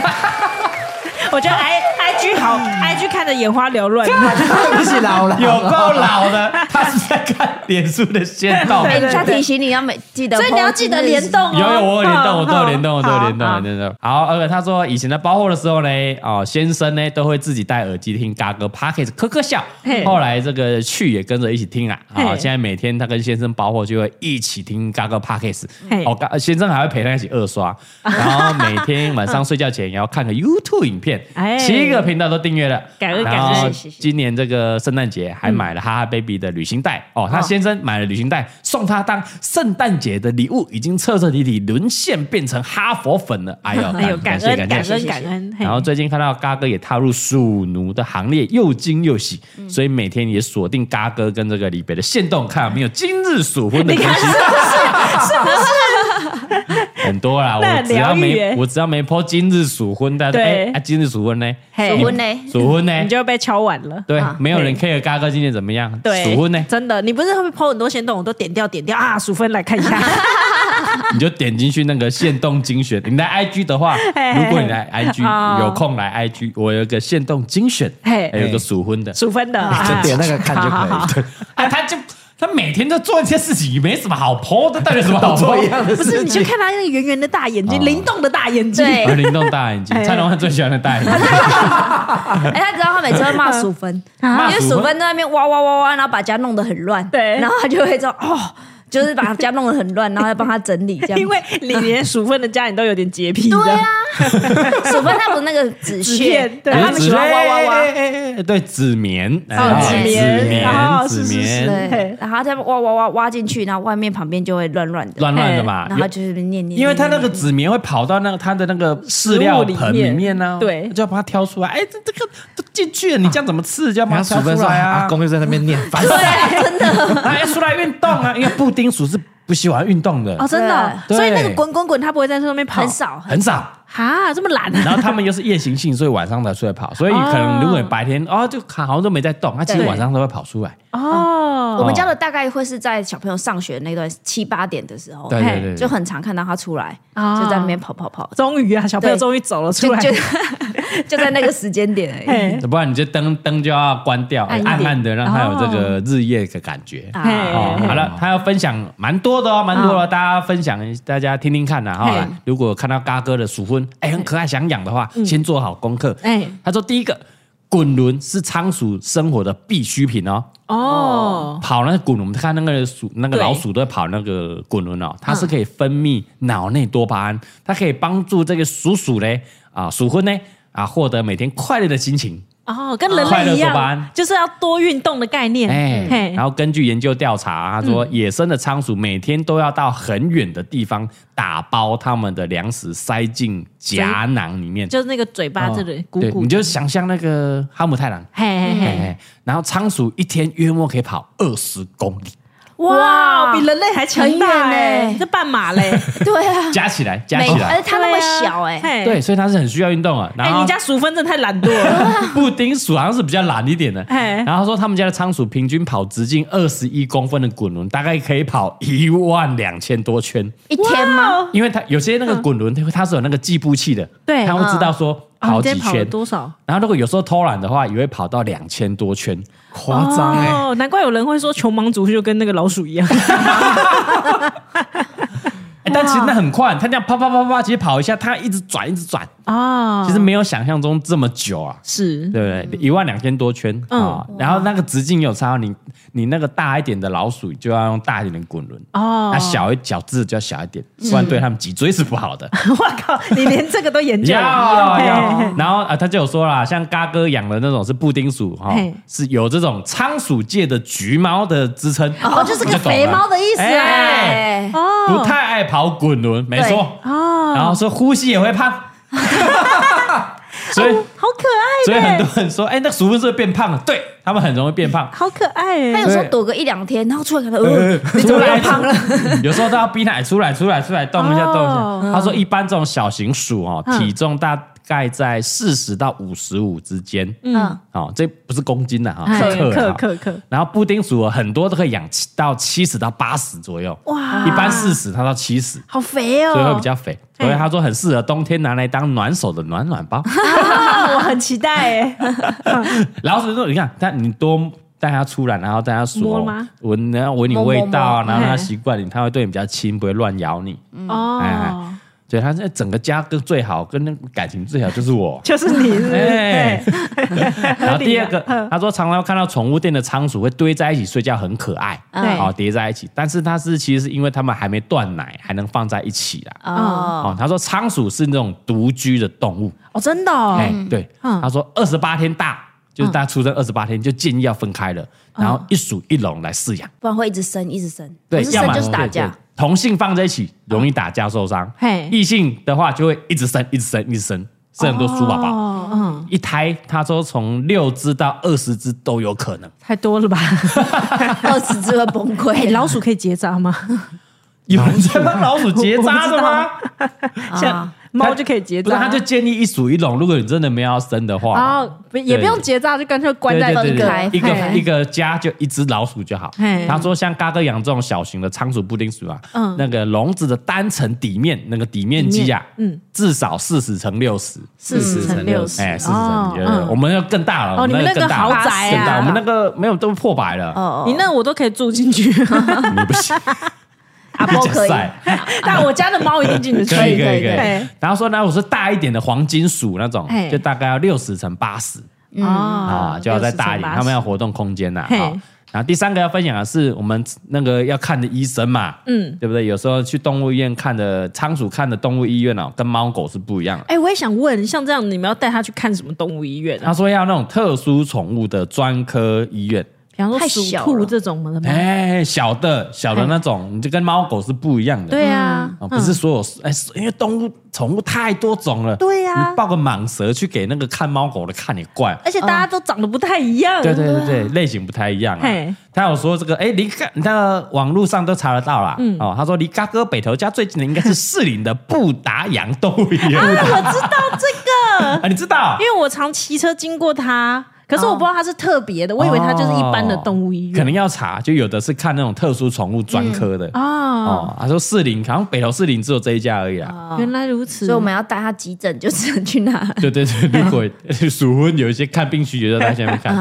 我觉得 I IG 好，IG 看得眼花缭乱。不是老了，有够老的，他是在看脸书的线动。哎对他提醒你要每记得，所以你要记得联动。哦。有有，我有联动，我都有好联动，我都有好联动，我好都有联动。好，而且他说以前在包货的时候呢，哦，先生呢都会自己戴耳机听嘎哥 p o c k e t 咯咯笑嘿。后来这个去也跟着一起听啊，嘿啊，现在每天他跟先生包货就会一起听嘎哥 p o c k e t 嘿哦，嘎先生还会陪他一起二 刷，然后每天晚上睡觉前也要看个 YouTube 影片哎，七个频道都订阅了。感恩然感后恩，是是是今年这个圣诞节还买了哈哈 baby 的旅行袋、嗯哦，他先生买了旅行袋送他当圣诞节的礼物，已经彻彻底底沦陷变成哈佛粉了。哎呦， 哎呦，感感谢恩感感谢。恩感恩。嘿然后最近看到嘎哥也踏入鼠奴的行列，又惊又喜，嗯所以每天也锁定嘎哥跟这个李北的线动，看有没有今日鼠婚的你更看是新不。是？ 很多啦，那我很只要疗愈没耶我只要没破今日鼠婚的，对哎，啊今日鼠婚呢？嘿鼠婚呢 鼠婚呢你？就被敲完了。对啊，没有人对 care 嘎哥今天怎么样，对，鼠婚呢？真的，你不是会抛很多线动，我都点掉点掉啊，淑芬来看一下。你就点进去那个限动精选。你来 IG 的话， 嘿如果你来 IG 哦有空来 IG，我有一个限动精选，嘿还有一个数婚的，淑芬的，就啊点那个看就好好好可以。啊，他就他每天都做一些事情，也没什么好 po 的，到底有什么 好 po 做一样的不事是，你就看他那个圆圆的大眼睛，哦灵动的大眼睛。对而灵动大眼睛，哎蔡龙汉最喜欢的大眼睛，哎，他知道他每次会骂淑芬，骂因淑芬为淑芬在那边哇哇哇哇，然后把家弄得很乱，对然后他就会说哦，就是把家弄得很乱，然后要帮他整理这 样。因为你连淑芬的家你都有点洁癖。对对啊， 淑芬她不是那个纸纸屑片，对他们纸喜欢哇哇哇哎哎哎哎对，纸棉，哎纸棉哦纸棉，纸是是是棉，对，然后他们挖挖挖挖进去，然后外面旁边就会乱乱的，乱乱的嘛，然后就是念念念，因为它那个念纸棉会跑到那个它的那个饲料盆里面呢、食物里面对就要把它挑出来。哎，这这个都进去了，你这样怎么吃？就要把它然后挑鼠分出说来阿啊！公又在那边念，烦死了。哎，出来运动啊！因为布丁鼠是不喜欢运动的，哦，真的哦，对所以那个滚滚滚，它不会在上面跑，很少，很很 少。哦哈，这么懒啊！然后它们又是夜行性，所以晚上才出来跑。所以可能如果你白天哦，就好像都没在动，它啊其实对晚上都会跑出来。哦，我们家的大概会是在小朋友上学那段七八点的时候，对对对，就很常看到他出来，啊就在那边跑跑跑，终于啊，小朋友对终于走了出就来。就就在那个时间点而已。嘿不然你就灯灯就要关掉，暗一点暗暗的，让它有这个哦日夜的感觉。啊哦，嘿好了，他要分享蛮多的哦，蛮多的，大家分享，大家听听看呐哈嗯嘿。嗯如果看到嘎哥的鼠婚，哎，很可爱，想养的话，先做好功课。哎他说第一个。滚轮是仓鼠生活的必需品哦，哦，跑那个滚轮，我们看那个鼠、那个对嗯老鼠都会跑那个滚轮哦，它是可以分泌脑内多巴胺，它可以帮助这个鼠鼠嘞啊鼠婚呢啊获得每天快乐的心情哦，跟人快乐类一多巴胺样，就是要多运动的概念。哎、嘿嗯然后根据研究调查，啊他说野生的仓鼠每天都要到很远的地方打包它们的粮食，塞进夹囊里面。就是那个嘴巴这里哦鼓对鼓你，就想象那个哈姆太郎，嘿嘿哎、嘿，然后仓鼠一天约莫可以跑二十公里，哇，比人类还强大很远哎欸，这半马嘞，对啊，加起来加每起而来，且它那么对啊小哎，嘿对，，所以它是很需要运动啊。然哎，后你家淑芬真的太懒惰 了，布丁鼠好像是比较懒一点的，哎然后他说他们家的仓鼠平均跑直径二十一公分的滚轮，大概可以跑一万两千多圈，一天吗？哇哦？因为它有些那个滚轮它它是有那个计步器的，对它会知道说啊跑你今几天跑了圈。多少？然后如果有时候偷懒的话，也会跑到两千多圈。夸张哎，哦，难怪有人会说穷忙族就跟那个老鼠一样，哎但其实那很快，它这样啪啪啪啪啪，其实跑一下，它一直转一直转，哦，其实没有想象中这么久啊。是对不对？一万两千多圈嗯啊，然后那个直径有差，哦你你那个大一点的老鼠就要用大一点的滚轮哦嗯那小一小只的就要小一点，不然对他们脊椎是不好的。 我靠，你连这个都研 究要了？嘿要，然后啊，他就有说啦，像嘎哥养的那种是布丁鼠哈嘿，是有这种仓鼠界的橘猫的支撑，哦，就是个肥猫的意思啊哎哎。哦，不太爱跑滚轮，没错哦然后说呼吸也会 胖，所哎以好可爱，所以很多人说，哎，那鼠是不是变胖了？对他们很容易变胖，好可爱它哎，有时候躲个一两天，然后出来可能，呃呃 你怎么又胖了？？有时候都要逼奶出来，出来，出来，动一下，动一哦下。他说，一般这种小型鼠哦，嗯体重大概在四十到五十五之间。嗯，哦，这不是公斤啊的哈，哎是克克啦克克。然后布丁鼠哦很多都可以养七到七十到八十左右，哇，一般四十它到七十，好肥哦，所以会比较肥。哎所以他说很适合冬天拿来当暖手的暖暖包。 啊，我很期待哎，老鼠说：“你看，但你多带它出来，然后带它数摸哦吗闻，然后闻你摸摸味道啊，摸然后让它嘿习惯你，它会对你比较亲，不会乱咬你。哎哦。哎，所以它在整个家跟最好，跟那个感情最好就是我就是你是不是，哎 对，然后第二个合理啊，他说常常看到宠物店的仓鼠会堆在一起睡觉，很可爱，呃对哦好叠在一起。但是它是其实是因为它们还没断奶，还能放在一起啦。哦，哦，他说仓鼠是那种独居的动物，哦，真的哦，哎、对，嗯他说二十八天大，就是大家出生二十八天就建议要分开了，嗯然后一鼠一笼来饲养，不然会一直生，一直生，对，不是要生么就是打对架对。同性放在一起容易打架受伤，嘿异性的话就会一直生，一直生，一直生，生很多鼠宝宝。哦，嗯，一胎，他说从六只到二十只都有可能，太多了吧？ 二十只会崩 哎，溃。老 鼠可以结扎吗？ 有人在帮老鼠结扎的 吗？像猫就可以结不是，扎，他就建议一鼠一笼，如果你真的没有要生的话，哦，不也不用结扎，就干脆关对在对分对开一个嘿一个家就一只老鼠就好嘿。他说像嘎哥养这种小型的仓鼠、布丁鼠啊，那个笼子的单层底面那个底面积啊，嗯，至少四十乘六十，四40乘60哎，四十乘哦六十，嗯我们要更大了，哦你们那那个更大了豪宅啊更大，我们那个没有都破百了，哦你那我都可以住进去， 你不行，阿波可以，晒但我家的猫一定进得去。可以可以可以可可以以嘿。然后说呢，我是大一点的黄金鼠那种嘿，就大概要六十乘八十，哦，啊，就要再大一点， 60他们要活动空间呐、嘿好然后第三个要分享的是我们那个要看的医生嘛，嗯，对不对？有时候去动物医院看的仓鼠看的动物医院哦，跟猫狗是不一样的。哎、我也想问，像这样你们要带它去看什么动物医院啊？他说要那种特殊宠物的专科医院，比方说太鼠小兔了这种的吗？哎，小的小的那种，你就跟猫狗是不一样的。对啊，哦，不是所有，哎、因为动物宠物太多种了，对呀你抱个蟒蛇去给那个看猫狗的看也怪，而且大家都长得不太一样。对对对对，类型不太一样啊嘿。他有说这个，哎，离嘎，你那个网络上都查得到啦。哦，他说离嘎哥北头家最近的应该是士林的布达羊动物园啊，啊，我知道这个， 你知道因？为我常骑车经过它，可是我不知道它是特别的，我以为它就是一般的动物医哦可院。能要查，就有的是看那种特殊宠物专科的哦，哦。他说士林，好像北头士林只有这一家而已啊。原来如此。所以我们要带它急诊，就只能去那。对对对，如果鼠婚有一些看病需求，就在下面看。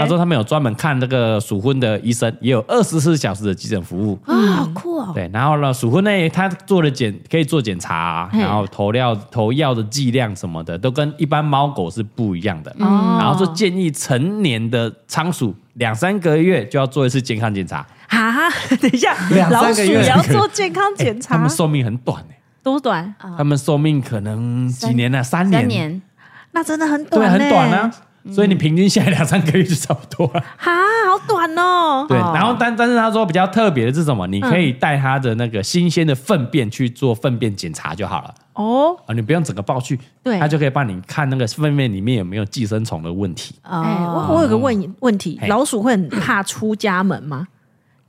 他说他们有专门看这个鼠婚的医生，也有二十四小时的急诊服务。啊，好酷哦！对，然后呢，鼠婚呢，它做了检，可以做检查啊、嘿然后投料、投药的剂量什么的，都跟一般猫狗是不一样的。然后说建议成年的仓鼠两三个月就要做一次健康检查，啊， 等一下，两老三鼠个月也要做健康检它 查们，寿命很短、欸多短？它们寿命可能几年呢、三年。三年那真的很对，呢很短啊。所以你平均下来两三个月就差不多了。哈，好短嗯哦。对，然后但但是他说比较特别的是什么？你可以带他的那个新鲜的粪便去做粪便检查就好了哦，啊，你不用整个抱去，对他就可以帮你看那个粪便里面有没有寄生虫的问题。哎我我有个问问题，嗯嘿老鼠会很怕出家门吗？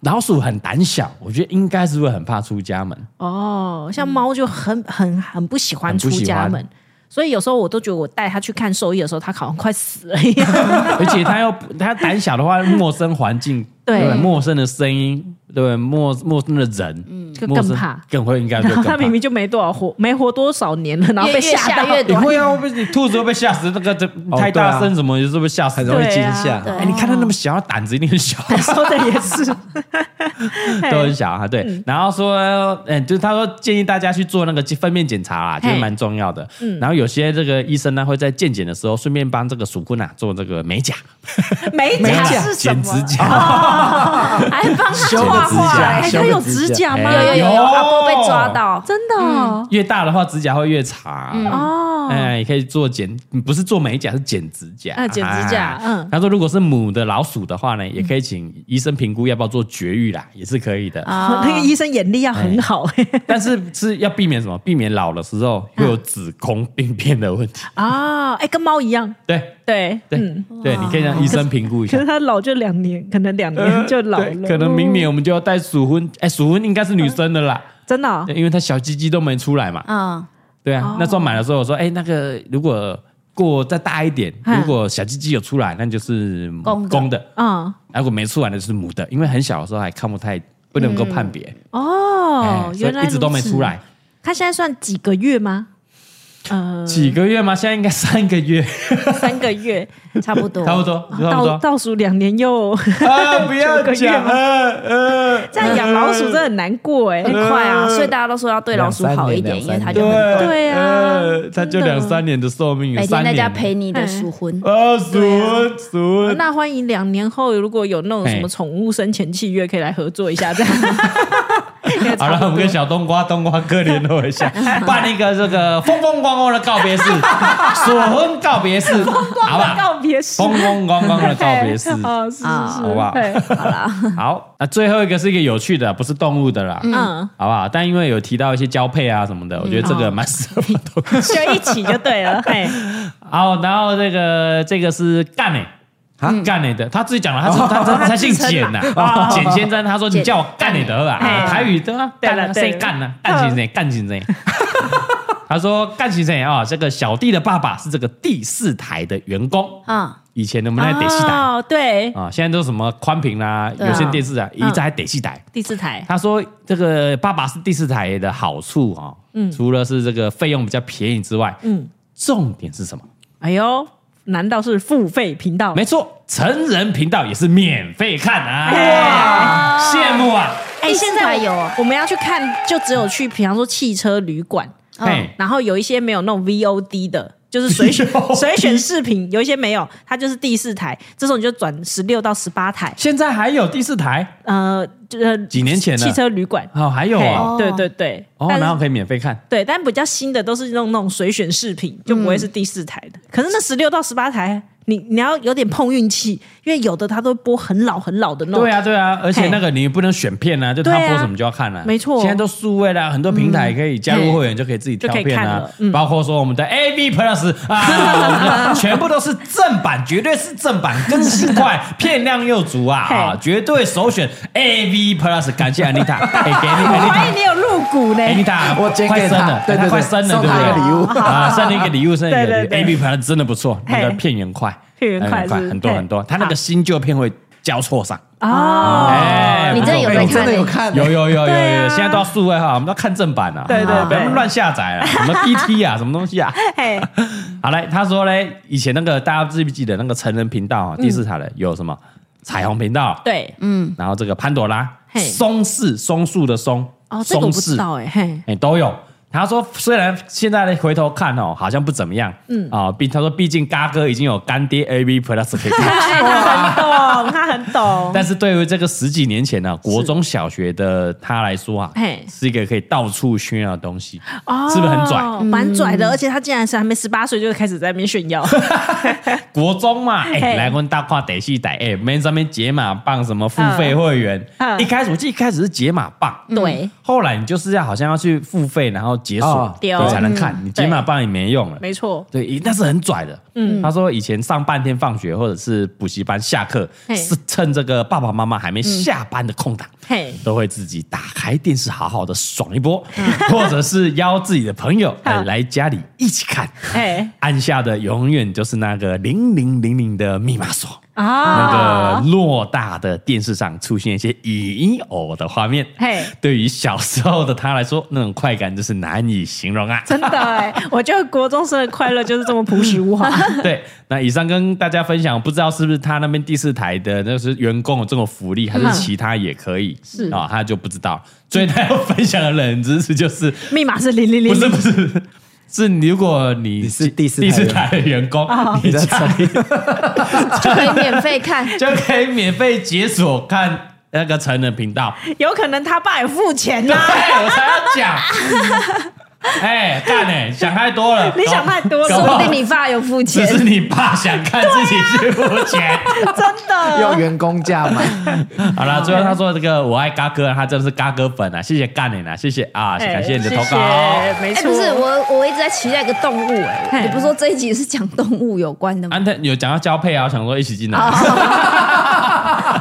老鼠很胆小，我觉得应该是会很怕出家门。哦，像猫就很很很不喜欢嗯很不出喜家欢门，所以有时候我都觉得我带它去看兽医的时候，它好像快死了一样。 而且他又不他胆小的话，陌生环境，对不陌生的声音，对不对陌陌生的人，嗯就更怕更会应该就 然后更它怕。明明就没多少活，没活多少年了，然后越被越吓下到。越你短，会啊，会被你兔子会被吓死，那个这哦太大对声啊什么，你是不是吓死？很容易对惊啊吓。对哎，你看它那么小，它胆子一定很 小，说的也是， 都很小啊。对，嗯然后说，哎，就是他说建议大家去做那个粪便检查啦，就是嘿嗯蛮重要的。然后有些这个医生呢会在健检的时候顺便帮这个鼠姑娜做这个美甲、美 美甲甲是什剪么哦指？甲。 还帮他修个画指画甲哎哎，修它个有指指甲甲吗？有有有，有有阿波被抓 到，真的哦 越大的话，指甲会越长。哦，哎，也可以做剪，不是做美甲，是剪指甲。啊剪指甲啊嗯他说，如果是母的老鼠的话呢，也可以请医生评估要不要做绝育啦，也是可以的。啊哦那个医生眼力要很好 哎但是是要避免什么？避免老的时候嗯会有子宫病变的问题。啊，哎，跟猫一样，对对对对，你可以让医生评估一可下是。它老就两年，可能两年就老对，了，可能明年我们就要带鼠婚，哎，鼠婚应该是女生的啦，真的哦对因为她小鸡鸡都没出来嘛。嗯，对啊，那时候买的时候我说，哎，那个如果过再大一点，嗯如果小鸡鸡有出来，那就是公的公的。啊如果没出来的就是母的，因为很小的时候还看不太，不能够判别，哦哎，所原来以一直都没如此出。来。它现在算几个月吗？呃，几个月吗？现在应该三个月， 三个月，差不多，差不多，差不倒多。哦倒数两年 又啊，不要九个月讲，吗呃呃，这样养老鼠真的很难过哎、很快啊，所以大家都说要对老鼠好一点，两因三年为它两三就年很对对啊呃它就真的两三年的寿命，每天三在年家陪你的鼠魂，啊，鼠对啊鼠，那欢迎两年后如果有那种什么嘿宠物生前契约，可以来合作一下这样。 应该好差不了，多我们跟小冬瓜、冬瓜哥联络一下，办一个这个风风光光的告 别式，锁婚告别式，好不好？告别式，风风光光的告别式， 嘿啊，是是是，好不好嘿好，那最后一个是一个有趣的，不是动物的啦，嗯，好不好？但因为有提到一些交配啊什么的，我觉得这个蛮适合动物。就一起就对了，嘿，好，然后这个这个是干诶、啊干你的，他自己讲了，他说他他他 姓简呐，简先生，他说你叫我干你得了啊，啊哦哎台语对吧？对干了啊对了嗯谁干呢？干先生，干先生。 他说干先生啊，这个小弟的爸爸是这个第四台的员工嗯，以前我们那得戏台哦，对，啊，现在都什么宽屏啦、对啊有线电视啊，嗯一直还得戏台。第四台，他说这个爸爸是第四台的好处啊，除了是这个费用比较便宜之外，嗯，重点是什么？哎呦，难道是付费频道？没错，成人频道也是免费看啊！哇，羡慕啊！哎、第四现在台有哦我们要去看，就只有去，比方说汽车旅馆，哎，然后有一些没有那种 VOD 的，就是随选 VOD 随选视频，有一些没有，它就是第四台，这时候你就转十六到十八台，现在还有第四台呃，就是几年前的汽车旅馆，哦，还有啊，哦对对对，哦，但然后是可以免费看。对，但比较新的都是用那种随选视频，就不会是第四台的。嗯可是那十六到十八台，你你要有点碰运气，因为有的它都播很老很老的那种。对啊，对啊，而且那个你不能选片啊，就他对啊播什么就要看了。没错现在都数位啦，很多平台可以加入会员就可以自己挑就可以片看啊了，嗯包括说我们的 A V Plus 啊，我们 的全部都是正版，绝对是正版，更新 快，片量又足啊嘿啊，绝对首选 A V Plus。感谢 Anita，哎，给你 Anita 哎，。你有入股呢？ Anita，我剪哎快给生他了，哎对他对快对生了，对送不他对？一个礼物 啊，生了一个礼物，生了一个对礼物。对 A 对 B 盘真的不错，那个嘿片源快，片源快很快是很多嘿很多。他那个新旧片会交错上，哦，哎，你不真的错有不在错你真看的欸有看？有有有有对有，啊现在都要数位哈，我们都要看正版啊，对对啊对不要乱下载 啊，什么 PT 啊，什么东西啊。 嘿，好嘞，他说嘞，以前那个大家记不记得那个成人频道嗯啊，第四台的有什么彩虹频道，对，嗯，然后这个潘朵拉、嘿松氏松树的松哦，，这个松我不知氏道哎，嘿，哎、都有。他说虽然现在回头看哦，好像不怎么样，嗯啊，毕、他说毕竟嘎哥已经有干爹 A B Plus 可以看。哎，他很懂，哦他很懂。但是对于这个十几年前呢、国中小学的他来说啊嘿，是一个可以到处炫耀的东西，是不是很拽？哦蛮拽的，而且他竟然是还没十八岁就开始在那边炫 耀，国中嘛，哎、嘿来问大跨得系得，哎、没上面解码棒什么付费会员，嗯一开始我记得一开始是解码棒，对，后来你就是要好像要去付费，然后解锁哦、你对才能看，嗯你解码棒也没用了。没错，对，那是很拽的。嗯，他说以前上半天放学或者是补习班下课，嘿嗯是趁这个爸爸妈妈还没下班的空档，嘿嗯都会自己打开电视，好好的爽一波， 或者是邀自己的朋友哎好来家里一起看。嘿按下的永远就是那个零零零零的密码锁。 那啊，个偌大的电视上出现一些咦偶的画面，嘿对于小时候的他来说，那种快感就是难以形容啊。真的哎， 我觉得国中生的快乐就是这么朴实无 华，对，那以上跟大家分享，不知道是不是他那边第四台的那是员工有这种福利，还是其他也可以？是啊、他就不知道。所以他要分享的冷知识就是，密码是零零不零是不是，是如果你你是第四第四台台的员工， 你你家在里就可以免费 看。就可以免费解锁看那个成人频道。有可能他爸也付钱啊对，呐、我才要讲。哎，干哎，想太多了，你想太多了搞说不不好定你爸有付只钱，是你爸想看自己去付钱。真要的。员工价嘛？好了，最后他说这个我爱嘎哥，他真的是嘎哥粉啊，谢谢干你啦，谢谢啊，哎感谢你的投稿。谢谢没哎、错，不是我，我一直在期待一个动物、哎，你不是说这一集是讲动物有关的吗？安特有讲到交配啊，我想说一起进来，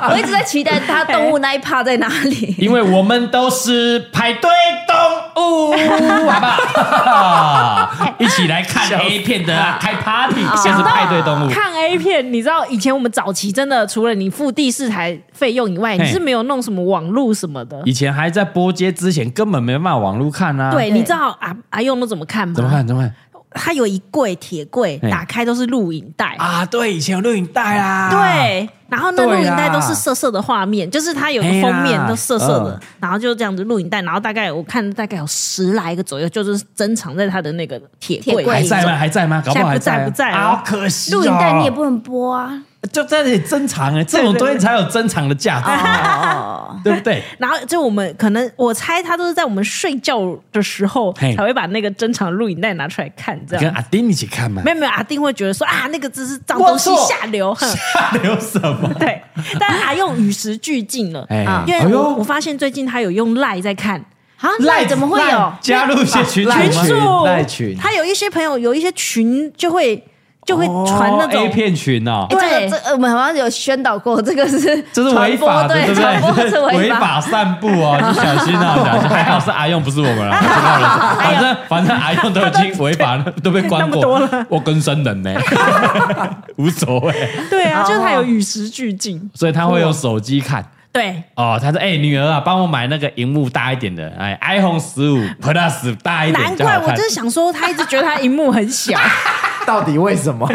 我一直在期待它动物那一趴在哪里。因为我们都是排队动物，好不好？一起来看 A 片的啊开 party，就是派对动物。看 A 片，你知道以前我们早期真的除了你付第四台费用以外，嘿你是没有弄什么网路什么的。以前还在播接之前，根本没办法网络看啊。对，你知道阿阿用都怎么看吗？怎么看？？怎么看？他有一柜铁柜嘿，打开都是录影带。啊，对，以前有录影带啊啦。哎对，然后那录影带对啦都是色色的画面，就是它有个封嘿面啦都色色的嗯，然后就这样子录影带，然后大概我看大概有十来个左右，就是珍藏在他的那个铁柜铁柜还里在吗？还在吗？搞不好还现在不在不在了啊好可惜哦。录影带你也不能播啊！就在那里珍藏哎，这种东西才有珍藏的价值，哦， 对不对？然后就我们可能我猜他都是在我们睡觉的时候嘿才会把那个珍藏录影带拿出来看，这跟样。阿丁一起看嘛没，有没有，阿丁会觉得说啊，那个真是脏东西龌龊下 流，哼，下流什么？对。啊但阿用与时俱进了，哎因哎为我呦我发现最近他有用赖在看，啊，那怎么会有？加入一些群赖组群吗？赖群他有一些朋友有一些群就会就会传那哦种 A 片群哦，哎对这个这个我们好像有宣导过，这个是这是违法传播的，对，不传播 对？是违法。法散步哦，你小心哦，小心。还好是阿用，不是我们了，知道了。反正反正阿用都已经违法了，都被关那么过多了，我跟生人呢，无所谓。对啊，哦就是他有与时俱进，所以他会用手机看。对，哦，他说：“哎、女儿啊，帮我买那个荧幕大一点的，哎，iPhone 十五 Plus 大一点，难这样怪好我看就是想说，他一直觉得他荧幕很 小，到底为什么？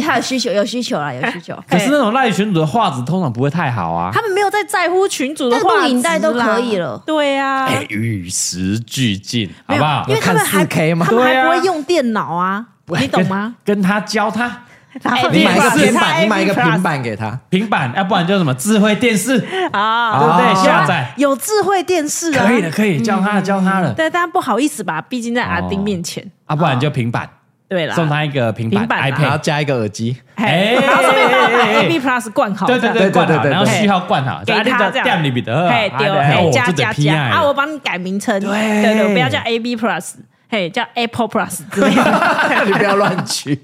他有需求，有需求啦，有需求。可是那种赖群主的画质通常不会太好啊他。们没有在在乎群主的但画录影带质都啦可以了对啊，哎，与时俱进，好没有不好因？为他们还有看 4K 吗他们对还啊不会用电脑 啊，你懂吗？跟？跟他教他然后哎你买一个给平他板，你买一个 AV+ 平板给他，平板，要、不然叫什么智慧电视，对啊，不对？哦 下载有智慧电视啊，可以了，可以教他了，教他了对，但不好意思吧，毕竟在阿丁哦面前，啊，不然就平板，对啦，送他一哎个平板平板啦然后 iPad。”加一个耳机，嘿，然后上面把 A B Plus 灌好，哎对对这样对，对对灌对好，对然后对序号灌好，给他这样店里面的，嘿，对，哎嘿，我加这个加 P 加啊啊！我帮你改名称，对对对，不要叫 A B Plus，嘿，叫 Apple Plus 之 类的， 你不要乱取。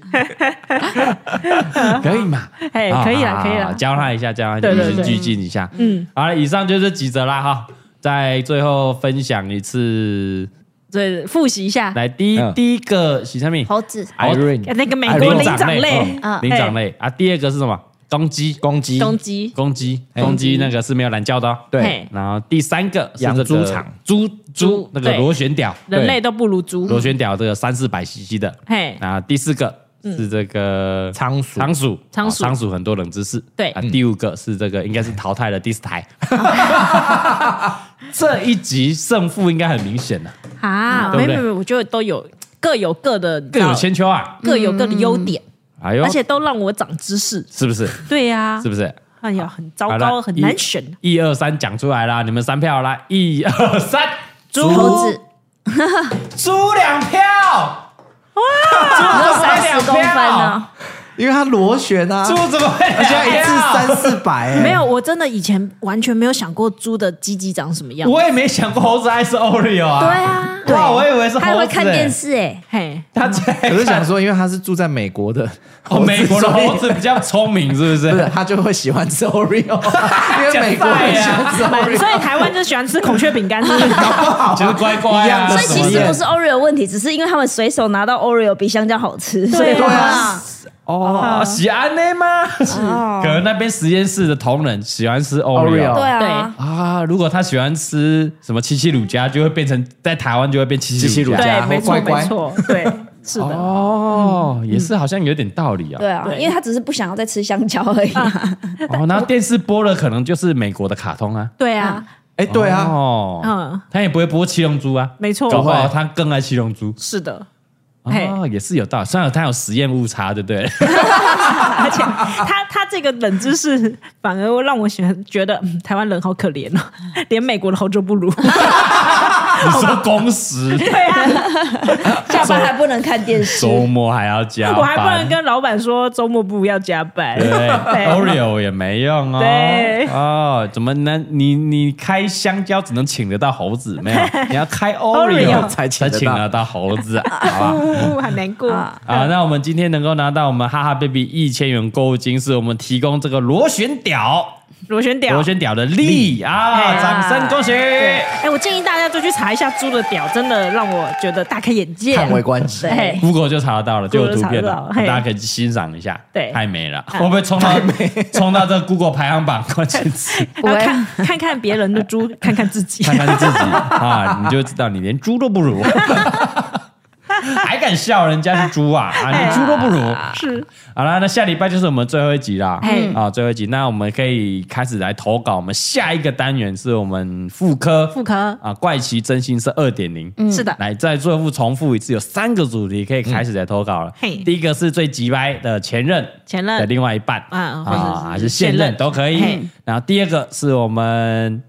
可以嘛？嘿啊哎可以啦好可以啦好教他一下，教他一下，对对与时对俱进一下。嗯，好了，以上就是几则啦哈。在最后分享一次，对，复习一下来第一嗯第一个洗产品，猴子，啊哎 Irene 那个美国灵长类哎哦啊灵长类啊。第二个是什么？公鸡，公鸡，公鸡，公鸡，哎公鸡那个是没有懒觉的哦。对嘿，然后第三个是养这个猪场，猪猪猪那个对螺旋屌，人类都不如猪，螺旋屌这个三四百 CC 的。嘿，啊，第四个是这个仓鼠仓鼠，仓鼠啊仓鼠很多冷知识。对啊，第五个是这个应该是淘汰了第四台。这一集胜负应该很明显的、啊，对没不对没没，我觉得都有各有各的各有千秋啊！各有各的优点，哎呦，而且都让我长知识。是不是？对呀是，不是？哎呀，很糟好糕，了很难选。一二三讲出来啦，你们三票啦，一二三，猪猴子，猪两票，你哇，要猪三十公分啊呢，因为它螺旋啊，猪怎么会两票？而且一次三四百，哎没有，我真的以前完全没有想过猪的鸡鸡长什么样。我也没想过猴子爱吃 Oreo 啊。对啊，哇，我以为是猴子、他欸。也会看电，视哎，嘿，他在可是想看说，因为他是住在美国的，哦，美国的所以猴子比较聪明，是不不是是？他就会喜欢吃 Oreo，因为 美国人喜欢吃 Oreo，所以台湾就喜欢吃孔雀饼干，是不 是？就是乖乖一样啊。的所以其什实么不是 Oreo 问题，只是因为他们随手拿到 Oreo 比香蕉好吃，所以对啊啊，哦，喜安内吗？可能那边实验室的同仁喜欢吃 Oreo。 Oreo 对啊对，啊，如果他喜欢吃什么七七乳加，就会变成在台湾就会变七七七乳乳加。对，加或没错，乖乖没错，对， 是的。哦，也是好像有点道理啊。对啊，对因为他只是不想要再吃香蕉而已啊。哦，那电视播了，可能就是美国的卡通啊。对啊，哎，对啊，哦，嗯，他也不会播七龙珠啊，没错搞不好不会他更爱七龙珠。是的。嘿哦，也是有道理，虽然他有实验误差，对不 对？而且他他这个冷知识反而会让我觉觉得、嗯、台湾人好可怜哦， 连美国的猴都不如。你说工时，对啊， 下班还不能看电 视，周末还要加班，我还不能跟老板说周末不要加班。对 Oreo 也没用哦。对哦，怎么能你你开香蕉只能请得到猴子， 没有？你要开 Oreo Oreo 才才请得到请得到猴子，好吧？ 哦很难过。啊，那我们今天能够拿到我们哈哈 baby 一千元购物金，是我们提供这个螺旋屌、螺旋屌螺，旋屌的力啊！掌声恭喜！哎，我建议大家就去查一下猪的屌，真的让我觉得大开眼界。叹为观止。对 Google 就查得到了，就 Google 有图片查得了到，嘿大家可以去欣赏一下。对啊太美了，会不会冲到冲到这个 Google 排行榜关键词？然后看看看别人的 猪，看看自己。看看 自己啊，你就知道你连猪都不如，还敢笑人家是猪啊啊，你猪都不如。哎是，好啦，那下礼拜就是我们最后一集啦嗯，啊，最后一集，那我们可以开始来投稿。我们下一个单元是我们妇科，妇科啊，怪奇真心是二点零，是 的来再做复重复一次，有三个主题可以开始来投稿了。嘿第一个是最急掰的前任，前任的另外一半啊或者是还是现现任任都可以嘿。然后第二个是我们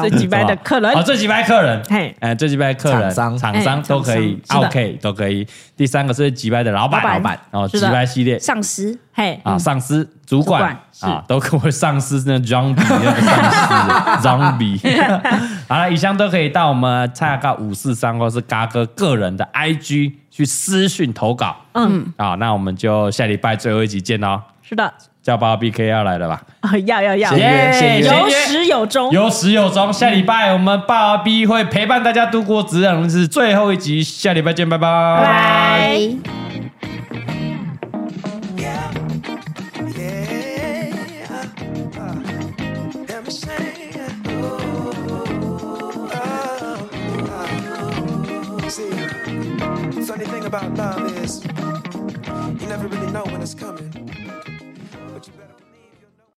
最急掰的客人啊哦，最几百客人，嘿哎，最几百客人，厂商厂商哎都可以厂商是的，OK 都可以。第三个是几百的老板，老板老板哦，是几的百系列丧尸嘿嗯啊，上司、主管主管啊，都跟我上司那 zombie 那个 上司 zombie。好了，以上都可以到我们蔡嘎五四三或是嘎哥个人的 IG 去私讯投稿。嗯，啊，那我们就下礼拜最后一集见喽。是的，叫包 BK 要来了吧？啊，要要要，谢约谢约有始有终。有始有终。下礼拜我们爸爸 B 会陪伴大家度过职场日最后一集，下礼拜见，拜拜。拜。 Yeah. Uh, everything. Ooh, oh, oh. See, funny thing about love is you never really know when it's coming.